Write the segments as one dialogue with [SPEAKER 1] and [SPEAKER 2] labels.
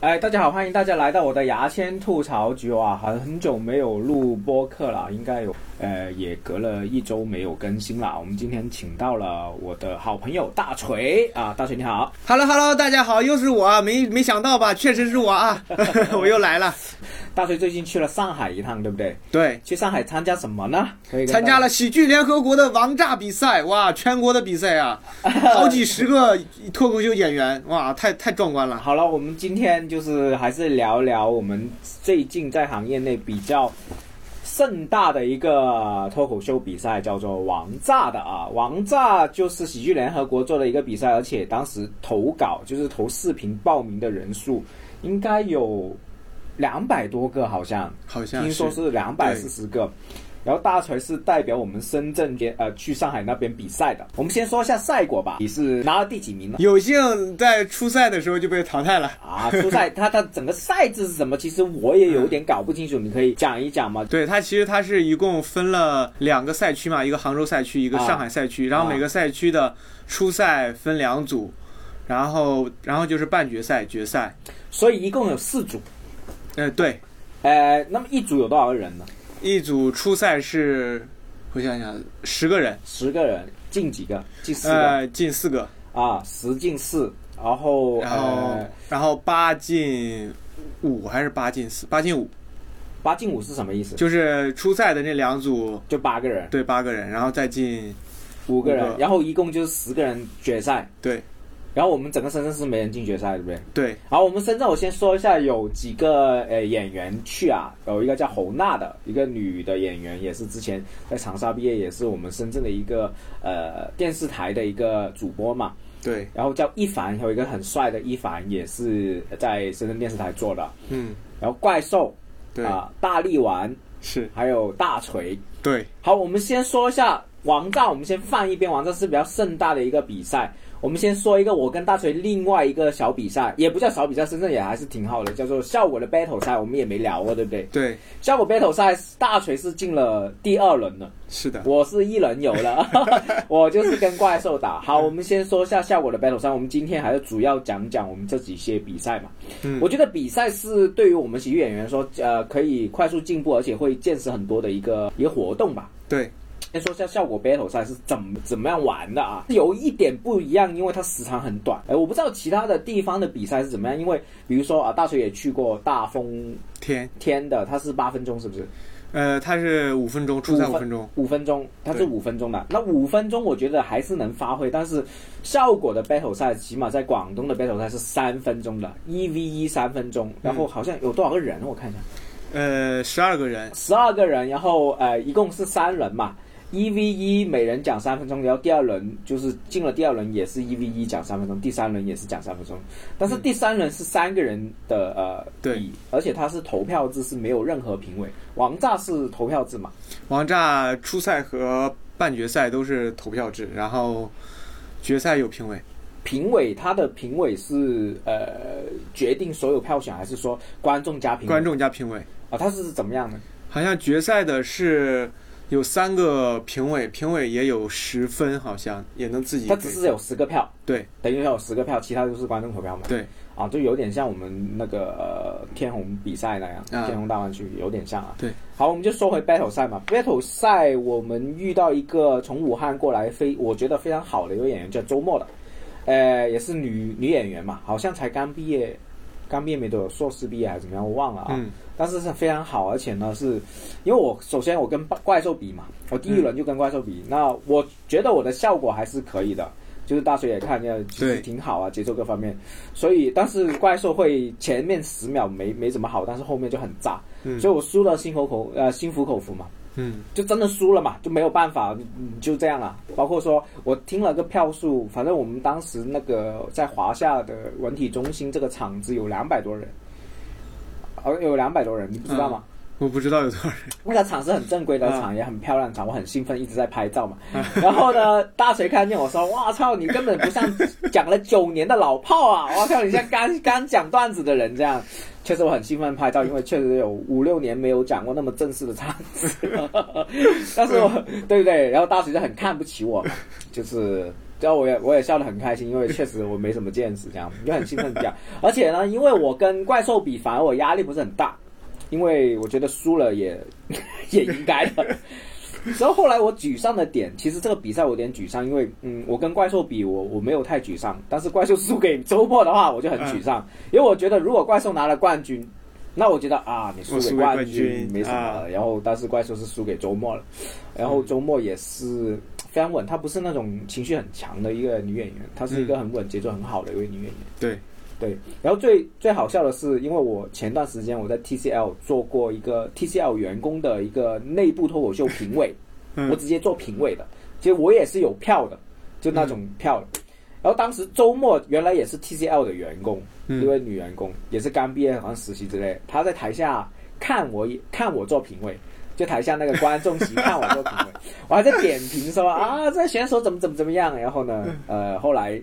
[SPEAKER 1] 哎，大家好，欢迎大家来到我的牙签吐槽局哇！很很久没有录播客了，应该有呃也隔了一周没有更新了。我们今天请到了我的好朋友大锤啊，大锤你好。
[SPEAKER 2] Hello Hello，大家好，又是我，啊没没想到吧？确实是我啊， 我又来了。
[SPEAKER 1] 大锤最近去了上海一趟，对不对？
[SPEAKER 2] 对，
[SPEAKER 1] 去上海参加什么呢？可以跟
[SPEAKER 2] 参加
[SPEAKER 1] 大
[SPEAKER 2] 了喜剧联合国的王炸比赛，哇，全国的比赛 啊，好几十个脱口秀演员，哇，太太壮观
[SPEAKER 1] 家。
[SPEAKER 2] 了。
[SPEAKER 1] 好了，我们今天就是还是聊聊我们最近在行业内比较。盛大的一个脱口秀比赛叫做“王炸”的啊，“王炸”就是喜剧联合国做的一个比赛，而且当时投稿就是投视频报名的人数应该有两百多个，好像
[SPEAKER 2] 好像
[SPEAKER 1] 听说是两百四十个。然后大锤是代表我们深圳边呃去上海那边比赛的。我们先说一下赛果吧，你是拿了第几名呢？
[SPEAKER 2] 有幸在初赛的时候就被淘汰了。
[SPEAKER 1] 啊，初赛它它整个赛制是什么？其实我也有点搞不清楚，你可以讲一讲吗？
[SPEAKER 2] 对它其实它是一共分了两个赛区嘛，一个杭州赛区，一个
[SPEAKER 1] 啊
[SPEAKER 2] 上海赛区，然后
[SPEAKER 1] 啊
[SPEAKER 2] 每个赛区的初赛分两组，然后然后就是半决赛、决赛。
[SPEAKER 1] 所以一共有四组，
[SPEAKER 2] 呃，对，
[SPEAKER 1] 呃，那么一组有多少个人呢？
[SPEAKER 2] 一组初赛是，我想想，十个人，
[SPEAKER 1] 十个人进几个？进四个、
[SPEAKER 2] 呃，进四个，
[SPEAKER 1] 啊，十进四，然后
[SPEAKER 2] 然后、
[SPEAKER 1] 呃
[SPEAKER 2] 然后八进五还是八进四？八进五，
[SPEAKER 1] 八进五是什么意思？
[SPEAKER 2] 就是初赛的那两组
[SPEAKER 1] 就八个人，
[SPEAKER 2] 对八个人，然后再进
[SPEAKER 1] 五个人
[SPEAKER 2] 五，个
[SPEAKER 1] 然后一共就是十个人决赛。
[SPEAKER 2] 对
[SPEAKER 1] 然后我们整个深圳是没人进决赛，对不对？
[SPEAKER 2] 对
[SPEAKER 1] 好，我们深圳，我先说一下有几个呃演员去啊，有一个叫侯娜的，一个女的演员，也是之前在长沙毕业，也是我们深圳的一个呃电视台的一个主播嘛。
[SPEAKER 2] 对，
[SPEAKER 1] 然后叫一凡，有一个很帅的一凡，也是在深圳电视台做的。
[SPEAKER 2] 嗯
[SPEAKER 1] 然后怪兽
[SPEAKER 2] 对、
[SPEAKER 1] 啊、大力丸，
[SPEAKER 2] 是，
[SPEAKER 1] 还有大锤。
[SPEAKER 2] 对
[SPEAKER 1] 好，我们先说一下王炸，我们先放一边，王炸是比较盛大的一个比赛。我们先说一个我跟大锤另外一个小比赛，也不叫小比赛，深圳也还是挺好的，叫做效果的 battle 赛，我们也没聊过，对不对？
[SPEAKER 2] 对
[SPEAKER 1] 效果 battle 赛，大锤是进了第二轮了。
[SPEAKER 2] 是的，
[SPEAKER 1] 我是一人游 了，我就是跟怪兽打。好，我们先说一下效果的 battle 赛。我们今天还是主要讲讲我们这几些比赛嘛。
[SPEAKER 2] 嗯
[SPEAKER 1] 我觉得比赛是对于我们喜剧演员说，呃，可以快速进步，而且会见识很多的一个一个活动吧。
[SPEAKER 2] 对
[SPEAKER 1] 先说一下效果 battle 赛是怎么怎么样玩的啊？有一点不一样，因为它时长很短。哎，我不知道其他的地方的比赛是怎么样，因为比如说啊，大锤也去过大风
[SPEAKER 2] 天，
[SPEAKER 1] 天的，它是八分钟，是不是？
[SPEAKER 2] 呃，它是五分钟，初赛五分钟，
[SPEAKER 1] 五分钟，它是
[SPEAKER 2] 对
[SPEAKER 1] 五分钟的。那五分钟我觉得还是能发挥，但是效果的 battle 赛，起码在广东的 battle 赛是三分钟的，一 v 一三分钟，然
[SPEAKER 2] 嗯
[SPEAKER 1] 后好像有多少个人？我看一下，
[SPEAKER 2] 呃，十二个人，
[SPEAKER 1] 十二个人，然后呃，一共是三轮嘛。一 v 一，每人讲三分钟，然后第二轮就是进了第二轮也是一 v 一讲三分钟，第三轮也是讲三分钟，但是第三轮是三个人的呃
[SPEAKER 2] 嗯对
[SPEAKER 1] 比，而且它是投票制，是没有任何评委。王炸是投票制嘛？
[SPEAKER 2] 王炸初赛和半决赛都是投票制，然后决赛有评委。
[SPEAKER 1] 评委他的评委是呃决定所有票选，还是说观众加评委
[SPEAKER 2] 观众加评委，
[SPEAKER 1] 啊？他是怎么样的？
[SPEAKER 2] 好像决赛的是有三个评委，评委也有十分，好像也能自己
[SPEAKER 1] 他只是有十个票，
[SPEAKER 2] 对
[SPEAKER 1] 等于有十个票，其他就是观众投票嘛。
[SPEAKER 2] 对
[SPEAKER 1] 啊，就有点像我们那个、呃、天虹比赛那样，
[SPEAKER 2] 啊
[SPEAKER 1] 天虹大湾区有点像啊。
[SPEAKER 2] 对，
[SPEAKER 1] 好，我们就说回 battle 赛嘛。battle 赛我们遇到一个从武汉过来非我觉得非常好的一个演员叫周末的，呃，也是女女演员嘛，好像才刚毕业，刚毕业没多久，硕士毕业还是怎么样，我忘了啊。
[SPEAKER 2] 嗯
[SPEAKER 1] 但是是非常好，而且呢是，因为我首先我跟怪兽比嘛，我第一轮就跟怪兽比，那我觉得我的效果还是可以的，就是大水也看见其实
[SPEAKER 2] 对
[SPEAKER 1] 挺好啊，节奏各方面，所以但是怪兽会前面十秒没没怎么好，但是后面就很炸，
[SPEAKER 2] 嗯
[SPEAKER 1] 所以我输了心口口呃心服口服嘛，
[SPEAKER 2] 嗯
[SPEAKER 1] 就真的输了嘛，就没有办法，嗯就这样了。包括说我听了个票数，反正我们当时那个在华夏的文体中心这个场子有两百多人，呃，有两百多人，你不知道吗？
[SPEAKER 2] 我不知道有多少人，
[SPEAKER 1] 那个场是很正规的场，也很漂亮的场，我很兴奋，一直在拍照嘛。 然后呢，大锤看见我说：“哇操，你根本不像讲了九年的老炮啊！我靠，你像刚 刚讲段子的人这样。”确实我很兴奋拍照，因为确实有五六年没有讲过那么正式的场 子，但是我对不对？然后大锤就很看不起我嘛，就是。然后我也我也笑得很开心，因为确实我没什么见识，这样就很兴奋讲。而且呢，因为我跟怪兽比，反而我压力不是很大，因为我觉得输了也 也应该的。然后后来我沮丧的点，其实这个比赛我有点沮丧，因为嗯，我跟怪兽比，我我没有太沮丧，但是怪兽输给周末的话，我就很沮
[SPEAKER 2] 啊
[SPEAKER 1] 丧，因为我觉得如果怪兽拿了冠军，那我觉得啊，你输
[SPEAKER 2] 我输
[SPEAKER 1] 给
[SPEAKER 2] 给
[SPEAKER 1] 冠
[SPEAKER 2] 冠
[SPEAKER 1] 军
[SPEAKER 2] 军
[SPEAKER 1] 没什么
[SPEAKER 2] 啊
[SPEAKER 1] 了。然后但是怪兽是输给周末了，然后周末也是嗯非常稳，她不是那种情绪很强的一个女演员，她是一
[SPEAKER 2] 嗯
[SPEAKER 1] 个很稳、节奏很好的一位女演员。
[SPEAKER 2] 对，
[SPEAKER 1] 对，然后最最好笑的是，因为我前段时间我在 TCL 做过一个 TCL 员工的一个内部脱口秀评委，
[SPEAKER 2] 嗯
[SPEAKER 1] 我直接做评委的，其实我也是有票的，就那种票的。然后当时周末原来也是 TCL 的员工，一
[SPEAKER 2] 嗯
[SPEAKER 1] 位女员工，也是刚毕业，好像实习之类的。她在台下看我看我做评委，就台下那个观众席看我做评委，我还在点评说啊，这选手怎么怎么怎么样。然后呢，
[SPEAKER 2] 嗯
[SPEAKER 1] 呃，后来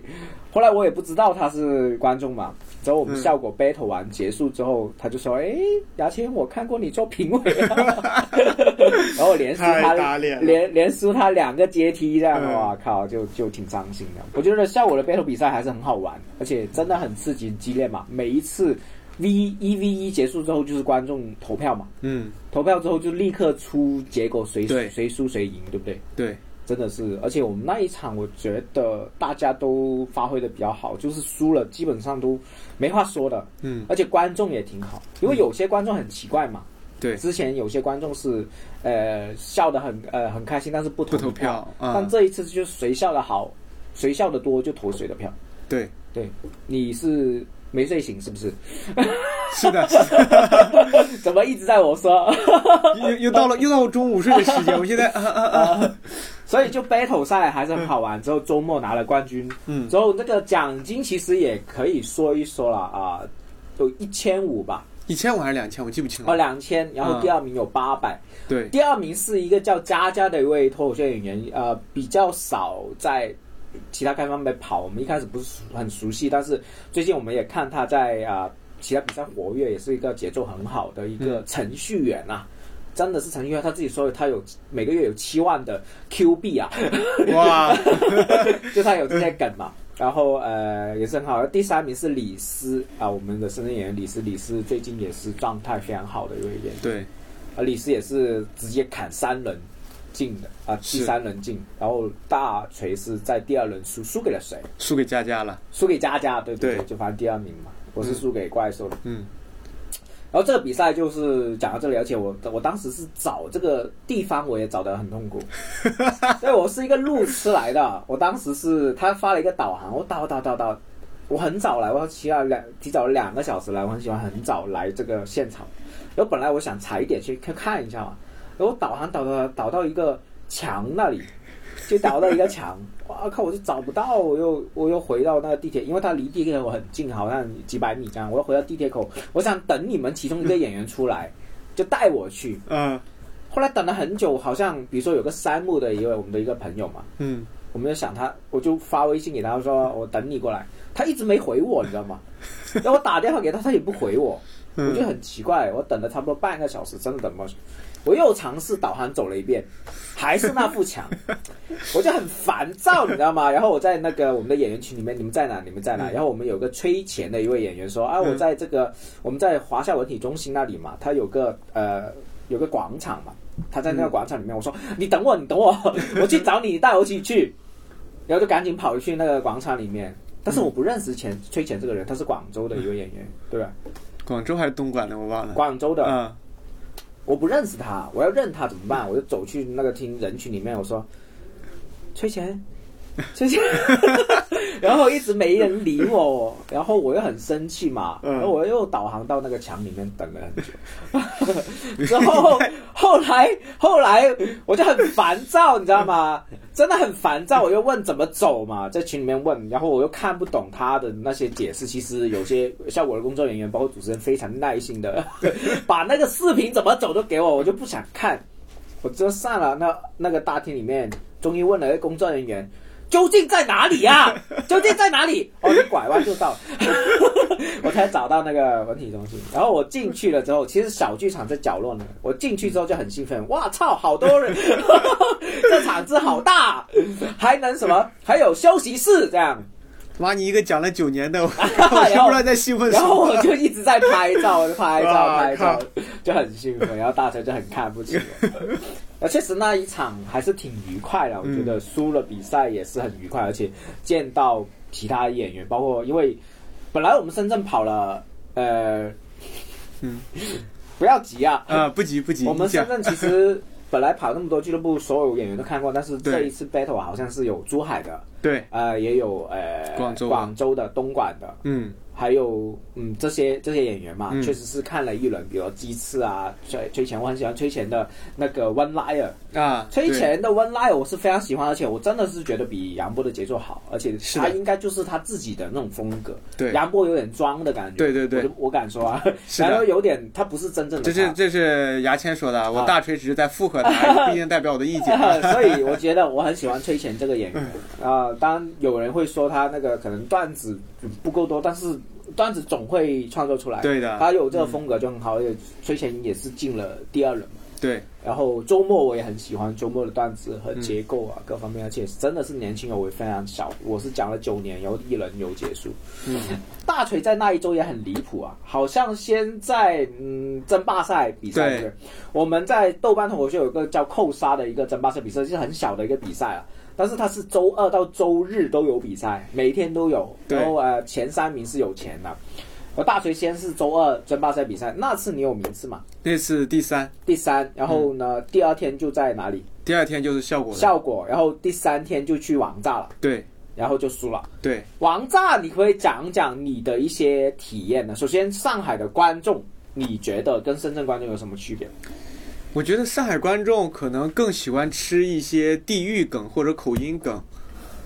[SPEAKER 1] 后来我也不知道他是观众嘛。之后我们
[SPEAKER 2] 嗯
[SPEAKER 1] 效果 battle 完结束之后，他就说：“哎，牙签，我看过你做评委、啊。” 然后连输
[SPEAKER 2] 太
[SPEAKER 1] 他
[SPEAKER 2] 打脸了
[SPEAKER 1] 连连输他两个阶梯，这样
[SPEAKER 2] 嗯
[SPEAKER 1] 哇靠，就就挺伤心的。我觉得下午的 battle 比赛还是很好玩，而且真的很刺激激烈嘛。每一次 V 一 V 一结束之后就是观众投票嘛，
[SPEAKER 2] 嗯，
[SPEAKER 1] 投票之后就立刻出结果谁
[SPEAKER 2] 对
[SPEAKER 1] 谁输谁赢，对不对？
[SPEAKER 2] 对，
[SPEAKER 1] 真的是，而且我们那一场，我觉得大家都发挥的比较好，就是输了基本上都没话说的，
[SPEAKER 2] 嗯
[SPEAKER 1] 而且观众也挺好，因为有些观众很奇怪嘛，
[SPEAKER 2] 对，
[SPEAKER 1] 之前有些观众是呃笑得很呃很开心，但是不投
[SPEAKER 2] 不投票啊
[SPEAKER 1] 但这一次就是谁笑的好，谁笑的多就投谁的票。
[SPEAKER 2] 对，
[SPEAKER 1] 对，你是没睡醒是不 是？
[SPEAKER 2] 是的，是的，
[SPEAKER 1] 怎么一直在我说？
[SPEAKER 2] 又又到了又到了中午午睡的时间，我现在啊啊啊，
[SPEAKER 1] 所以就 battle 赛还是很好玩。之后周末拿了冠军，
[SPEAKER 2] 嗯
[SPEAKER 1] 之后那个奖金其实也可以说一说了啊，有一千五吧，
[SPEAKER 2] 一千五还是两千，我记不清
[SPEAKER 1] 哦
[SPEAKER 2] 了。
[SPEAKER 1] 两千，然后
[SPEAKER 2] 嗯
[SPEAKER 1] 第二名有八百、
[SPEAKER 2] 对，
[SPEAKER 1] 第二名是一个叫佳佳的一位脱口秀演员，呃，比较少在其他开放杯跑。我们一开始不是很熟悉，但是最近我们也看他在啊、呃其他比赛活跃，也是一个节奏很好的一个程序员啊。真的是程序员，他自己说他有每个月有七万的 Q 币啊，
[SPEAKER 2] 哇，
[SPEAKER 1] 就他有这些梗嘛。然后呃也是很好。第三名是李斯啊，我们的深圳演员李斯，李斯最近也是状态非常好的一位演员。
[SPEAKER 2] 对，
[SPEAKER 1] 而啊李斯也是直接砍三轮进的啊，
[SPEAKER 2] 是
[SPEAKER 1] 第三轮进，然后大锤是在第二轮输，输给了谁？
[SPEAKER 2] 输给佳佳了。
[SPEAKER 1] 输给佳佳，对不对？
[SPEAKER 2] 对
[SPEAKER 1] 就反正第二名嘛，我是输给怪兽的。
[SPEAKER 2] 嗯
[SPEAKER 1] 然后这个比赛就是讲到这里，而且我我当时是找这个地方，我也找得很痛苦。对，我是一个路痴来的，我当时是他发了一个导航，我导导导导，我很早来，我起了两提早了两个小时来，我很喜欢很早来这个现场。然后本来我想踩一点去看看一下嘛，然后导航导导导到一个墙那里，就导到一个墙，哇靠！我就找不到，我又我又回到那个地铁，因为它离地铁口很近，好像几百米这样。我又回到地铁口，我想等你们其中一个演员出来，就带我去。
[SPEAKER 2] 嗯
[SPEAKER 1] 后来等了很久，好像比如说有个三木的一位我们的一个朋友嘛，
[SPEAKER 2] 嗯，
[SPEAKER 1] 我们就想他，我就发微信给他说我等你过来，他一直没回我，你知道吗？然后我打电话给他，他也不回我，
[SPEAKER 2] 嗯
[SPEAKER 1] 我就很奇怪，我等了差不多半个小时，真的等不到。我又尝试导航走了一遍，还是那副墙，我就很烦躁，你知道吗？然后我在那个我们的演员群里面，你们在哪？你们在哪？然后我们有个催钱的一位演员说啊，我在这个我们在华夏文体中心那里嘛，他有个呃有个广场嘛，他在那个广场里面，我说你等我，你等我，我去找你，你带我一起去，然后就赶紧跑去那个广场里面。但是我不认识钱崔钱这个人，他是广州的一位演员，对吧？
[SPEAKER 2] 广州还是东莞的，我忘了。
[SPEAKER 1] 广州的，
[SPEAKER 2] 嗯
[SPEAKER 1] 我不认识他，我要认他怎么办？我就走去那个厅人群里面，我说：“崔钱，崔钱。” 然后一直没人理我，然后我又很生气嘛，
[SPEAKER 2] 嗯
[SPEAKER 1] 然后我又导航到那个墙里面等了很久。 之后后来后来我就很烦躁，你知道吗？真的很烦躁，我又问怎么走嘛，在群里面问，然后我又看不懂他的那些解释。其实有些效果的工作人员，包括主持人，非常耐心的 把那个视频怎么走都给我，我就不想看。我就上了那那个大厅里面，终于问了一个工作人员，究竟在哪里呀、究竟在哪里？哦，你拐弯就到了， 我才找到那个文体中心。然后我进去了之后，其实小剧场在角落呢。我进去之后就很兴奋，哇操，好多人， 这场子好大，还能什么？还有休息室这样。
[SPEAKER 2] 妈，你一个讲了九年 的，我我也不知道在 兴奋什
[SPEAKER 1] 然后我
[SPEAKER 2] 么。
[SPEAKER 1] 就一直在拍照，拍照，
[SPEAKER 2] 哇
[SPEAKER 1] 拍照
[SPEAKER 2] 靠，
[SPEAKER 1] 就很兴奋。然后大家就很看不起我。呃确实那一场还是挺愉快的，我觉得输了比赛也是很愉快，而且见到其他演员，包括因为本来我们深圳跑了，呃，
[SPEAKER 2] 嗯，
[SPEAKER 1] 不要急啊，
[SPEAKER 2] 啊，不急不急，
[SPEAKER 1] 我们
[SPEAKER 2] 你讲
[SPEAKER 1] 深圳其实本来跑那么多俱乐部，所有演员都看过，但是这
[SPEAKER 2] 对
[SPEAKER 1] 一次 battle 好像是有珠海的，
[SPEAKER 2] 对，
[SPEAKER 1] 呃，也有呃
[SPEAKER 2] 广州的
[SPEAKER 1] 广州的、东莞的，
[SPEAKER 2] 嗯
[SPEAKER 1] 还有嗯这些这些演员嘛，
[SPEAKER 2] 嗯
[SPEAKER 1] 确实是看了一轮，比如鸡翅啊，崔崔钱，我很喜欢崔钱的那个 One Liar，
[SPEAKER 2] 啊，
[SPEAKER 1] 崔
[SPEAKER 2] 对
[SPEAKER 1] 钱的 One Liar 我是非常喜欢，而且我真的是觉得比杨波的节奏好，而且
[SPEAKER 2] 是
[SPEAKER 1] 他
[SPEAKER 2] 的
[SPEAKER 1] 应该就是他自己的那种风格，
[SPEAKER 2] 对
[SPEAKER 1] 杨波有点装的感觉，
[SPEAKER 2] 对对对
[SPEAKER 1] 我就我敢说啊，
[SPEAKER 2] 是的
[SPEAKER 1] 然后有点他不是真正的他，
[SPEAKER 2] 这是这是牙签说的啊，
[SPEAKER 1] 啊
[SPEAKER 2] 我大锤只是在附 和他，不一定代表我的意见。
[SPEAKER 1] 所以我觉得我很喜欢崔钱这个演员
[SPEAKER 2] 嗯
[SPEAKER 1] 啊、当然有人会说他那个可能段子不够多，但是段子总会创作出来。
[SPEAKER 2] 对的
[SPEAKER 1] 他有这个风格就很好。而且崔钱也是进了第二轮嘛。
[SPEAKER 2] 对，
[SPEAKER 1] 然后周末我也很喜欢周末的段子和结构啊、各方面，而且真的是年轻人，我也非常小，我是讲了九年，然后一轮游结束。
[SPEAKER 2] 嗯，
[SPEAKER 1] 大锤在那一周也很离谱啊，好像先在嗯争霸赛比赛，
[SPEAKER 2] 对
[SPEAKER 1] 对我们在豆瓣脱口秀有个叫扣杀的一个争霸赛比赛，是很小的一个比赛啊，但是它是周二到周日都有比赛，每天都有，
[SPEAKER 2] 对
[SPEAKER 1] 然后呃前三名是有钱的。我大锤先是周二争霸赛比赛，那次你有名次嘛？
[SPEAKER 2] 那次第三，
[SPEAKER 1] 第三，然后呢，
[SPEAKER 2] 嗯
[SPEAKER 1] 第二天就在哪里
[SPEAKER 2] 第二天就是效果了。
[SPEAKER 1] 效果，然后第三天就去网炸了，
[SPEAKER 2] 对
[SPEAKER 1] 然后就输了。
[SPEAKER 2] 对，
[SPEAKER 1] 王炸，你可不可以讲讲你的一些体验呢？首先，上海的观众，你觉得跟深圳观众有什么区别？
[SPEAKER 2] 我觉得上海观众可能更喜欢吃一些地域梗或者口音梗，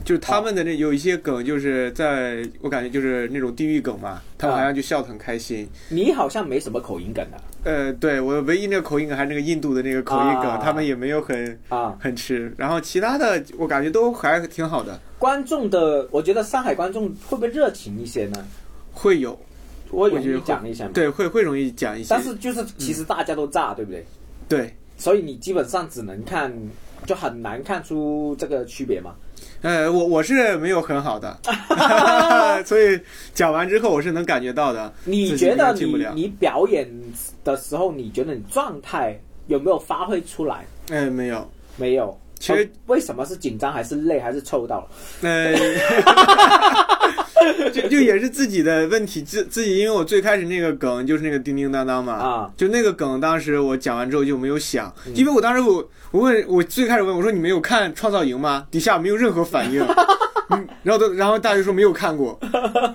[SPEAKER 2] 就是他们的那有一些梗，就是在我感觉就是那种地域梗嘛，他
[SPEAKER 1] 啊
[SPEAKER 2] 们好像就笑得很开心。
[SPEAKER 1] 你好像没什么口音梗的
[SPEAKER 2] 呃，对我唯一那个口音梗还是那个印度的那个口音
[SPEAKER 1] 啊
[SPEAKER 2] 梗，他们也没有很
[SPEAKER 1] 啊！
[SPEAKER 2] 很吃。然后其他的我感觉都还挺好的，
[SPEAKER 1] 观众的，我觉得上海观众会不会热情一些呢？
[SPEAKER 2] 会有
[SPEAKER 1] 我有
[SPEAKER 2] 我觉得
[SPEAKER 1] 你
[SPEAKER 2] 会
[SPEAKER 1] 讲一下嘛。
[SPEAKER 2] 对会会容易讲一些
[SPEAKER 1] 但，是就是其实大家都炸，对不对？
[SPEAKER 2] 对。
[SPEAKER 1] 所以你基本上只能看，就很难看出这个区别嘛。
[SPEAKER 2] 呃，我我是没有很 好的，所以讲完之后我是能感觉到的。
[SPEAKER 1] 你
[SPEAKER 2] 自己
[SPEAKER 1] 觉得
[SPEAKER 2] 应该进
[SPEAKER 1] 你
[SPEAKER 2] 不了？
[SPEAKER 1] 你表演的时候，你觉得你状态有没有发挥出来？
[SPEAKER 2] 呃，没有。
[SPEAKER 1] 没有。
[SPEAKER 2] 其实
[SPEAKER 1] 哦为什么是紧张，还是累，还是凑到了？
[SPEAKER 2] 呃， 就就也是自己的问题，自自己因为我最开始那个梗就是那个叮叮当当嘛，
[SPEAKER 1] 啊，
[SPEAKER 2] 就那个梗当时我讲完之后就没有想，因为我当时我我问我最开始问我说你没有看创造营吗？底下没有任何反应。嗯，然后都，然后大家就说没有看过，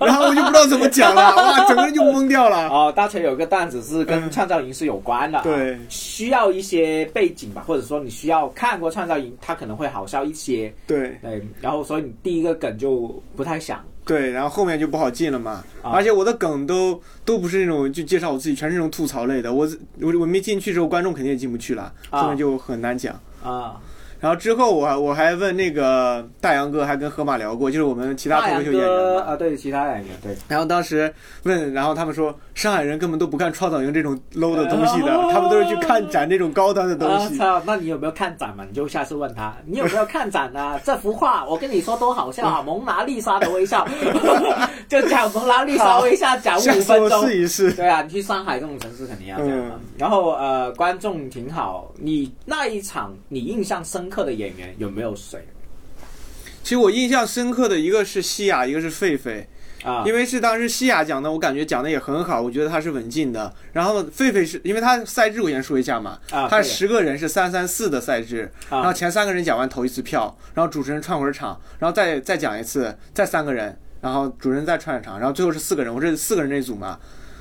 [SPEAKER 2] 然后我就不知道怎么讲了，哇，整个人就懵掉了。
[SPEAKER 1] 哦，大锤有个段子是跟创造营是有关的、
[SPEAKER 2] 嗯
[SPEAKER 1] 啊
[SPEAKER 2] 对，
[SPEAKER 1] 需要一些背景吧，或者说你需要看过创造营，它可能会好笑一些。
[SPEAKER 2] 对，
[SPEAKER 1] 对，然后所以你第一个梗就不太想。
[SPEAKER 2] 对，然后后面就不好进了嘛。
[SPEAKER 1] 啊
[SPEAKER 2] 而且我的梗都都不是那种就介绍我自己，全是那种吐槽类的。我我我没进去之后，观众肯定也进不去了，
[SPEAKER 1] 啊
[SPEAKER 2] 后面就很难讲。
[SPEAKER 1] 啊，
[SPEAKER 2] 然后之后我还我还问那个大杨哥，还跟河马聊过，就是我们其他
[SPEAKER 1] 大
[SPEAKER 2] 脱口
[SPEAKER 1] 杨
[SPEAKER 2] 秀演员
[SPEAKER 1] 哥
[SPEAKER 2] 嘛。
[SPEAKER 1] 啊，对，其他演员对，
[SPEAKER 2] 然后当时问，然后他们说上海人根本都不看创造营这种 low 的东西的，他们都是去看展这种高端的东西。
[SPEAKER 1] 哦啊操，那你有没有看展嘛？你就下次问他，你有没有看展 啊？这幅画我跟你说多好笑啊！蒙娜丽莎的微 笑，就讲蒙娜丽莎微笑讲五
[SPEAKER 2] 下次
[SPEAKER 1] 分
[SPEAKER 2] 我
[SPEAKER 1] 钟，
[SPEAKER 2] 试一试。
[SPEAKER 1] 对啊，你去上海这种城市肯定要这样嘛。
[SPEAKER 2] 嗯
[SPEAKER 1] 然后呃，观众挺好。你那一场你印象深刻的演员有没有谁
[SPEAKER 2] 其实我印象深刻的一个是西雅，一个是狒狒。
[SPEAKER 1] 啊？
[SPEAKER 2] 因为是当时西亚讲的，我感觉讲的也很好，我觉得他是稳进的。然后狒狒是因为他赛制，我先说一下嘛，
[SPEAKER 1] 啊
[SPEAKER 2] 他是十个人是三三四的赛制，
[SPEAKER 1] 啊
[SPEAKER 2] 然后前三个人讲完投一次票，然后主持人串会儿场，然后再再讲一次，再三个人，然后主持人再串一场，然后最后是四个人，我这是四个人那组嘛。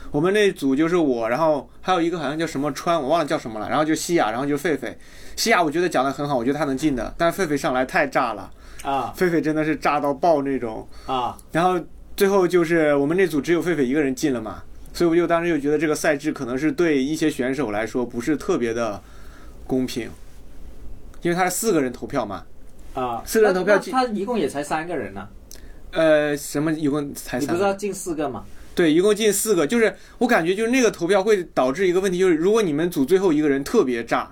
[SPEAKER 2] 我们那组就是我，然后还有一个好像叫什么川，我忘了叫什么了，然后就西亚，然后就是狒狒。西亚我觉得讲的很好，我觉得他能进的，但是狒狒上来太炸了，
[SPEAKER 1] 啊
[SPEAKER 2] 狒狒真的是炸到爆那种。
[SPEAKER 1] 啊
[SPEAKER 2] 然后最后就是我们那组只有狒狒一个人进了嘛，所以我就当时就觉得这个赛制可能是对一些选手来说不是特别的公平，因为他是四个人投票嘛，
[SPEAKER 1] 啊，
[SPEAKER 2] 四个人投票
[SPEAKER 1] 那那他一共也才三个人呢、啊
[SPEAKER 2] 呃，什么一共才
[SPEAKER 1] 你
[SPEAKER 2] 三
[SPEAKER 1] 不
[SPEAKER 2] 个
[SPEAKER 1] 是要进四个吗？
[SPEAKER 2] 对，一共进四个，就是我感觉就是那个投票会导致一个问题，就是如果你们组最后一个人特别炸，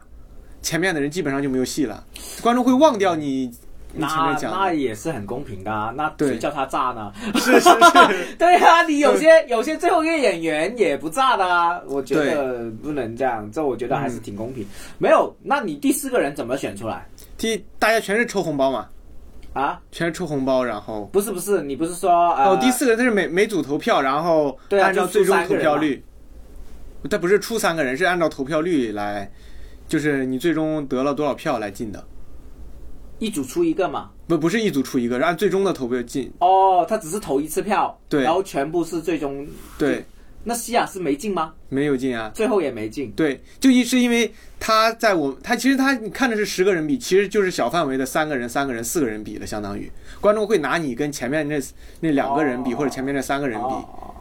[SPEAKER 2] 前面的人基本上就没有戏了，观众会忘掉你你前
[SPEAKER 1] 那
[SPEAKER 2] 面讲
[SPEAKER 1] 那
[SPEAKER 2] 的，
[SPEAKER 1] 也是很公平的啊，那
[SPEAKER 2] 对
[SPEAKER 1] 谁叫他炸呢？
[SPEAKER 2] 是是是，
[SPEAKER 1] 对啊，你有些有些最后一个演员也不炸的啊，我觉得不能这样，这我觉得还是挺公
[SPEAKER 2] 嗯
[SPEAKER 1] 平。没有，那你第四个人怎么选出来
[SPEAKER 2] 第一大家全是抽红包嘛，
[SPEAKER 1] 啊？
[SPEAKER 2] 全是抽红包，然后
[SPEAKER 1] 不是不是，你不是说呃，
[SPEAKER 2] 哦，第四个人他是每每组投票，然后
[SPEAKER 1] 对啊
[SPEAKER 2] 按照
[SPEAKER 1] 就出
[SPEAKER 2] 最终
[SPEAKER 1] 三个
[SPEAKER 2] 投
[SPEAKER 1] 人
[SPEAKER 2] 票
[SPEAKER 1] 嘛
[SPEAKER 2] 率，但不是出三个人，是按照投票率来，就是你最终得了多少票来进的，
[SPEAKER 1] 一组出一个嘛？
[SPEAKER 2] 不不是一组出一个，是按最终的投票进，
[SPEAKER 1] 哦，他只是投一次票，
[SPEAKER 2] 对
[SPEAKER 1] 然后全部是最终。
[SPEAKER 2] 对，
[SPEAKER 1] 那西亚是没进吗？
[SPEAKER 2] 没有进啊。
[SPEAKER 1] 最后也没进。
[SPEAKER 2] 对，就一是因为他在我他其实他你看的是十个人比，其实就是小范围的三个人、三个人、四个人比了，相当于观众会拿你跟前面那那两个人比，
[SPEAKER 1] 哦
[SPEAKER 2] 或者前面那三个人比，
[SPEAKER 1] 哦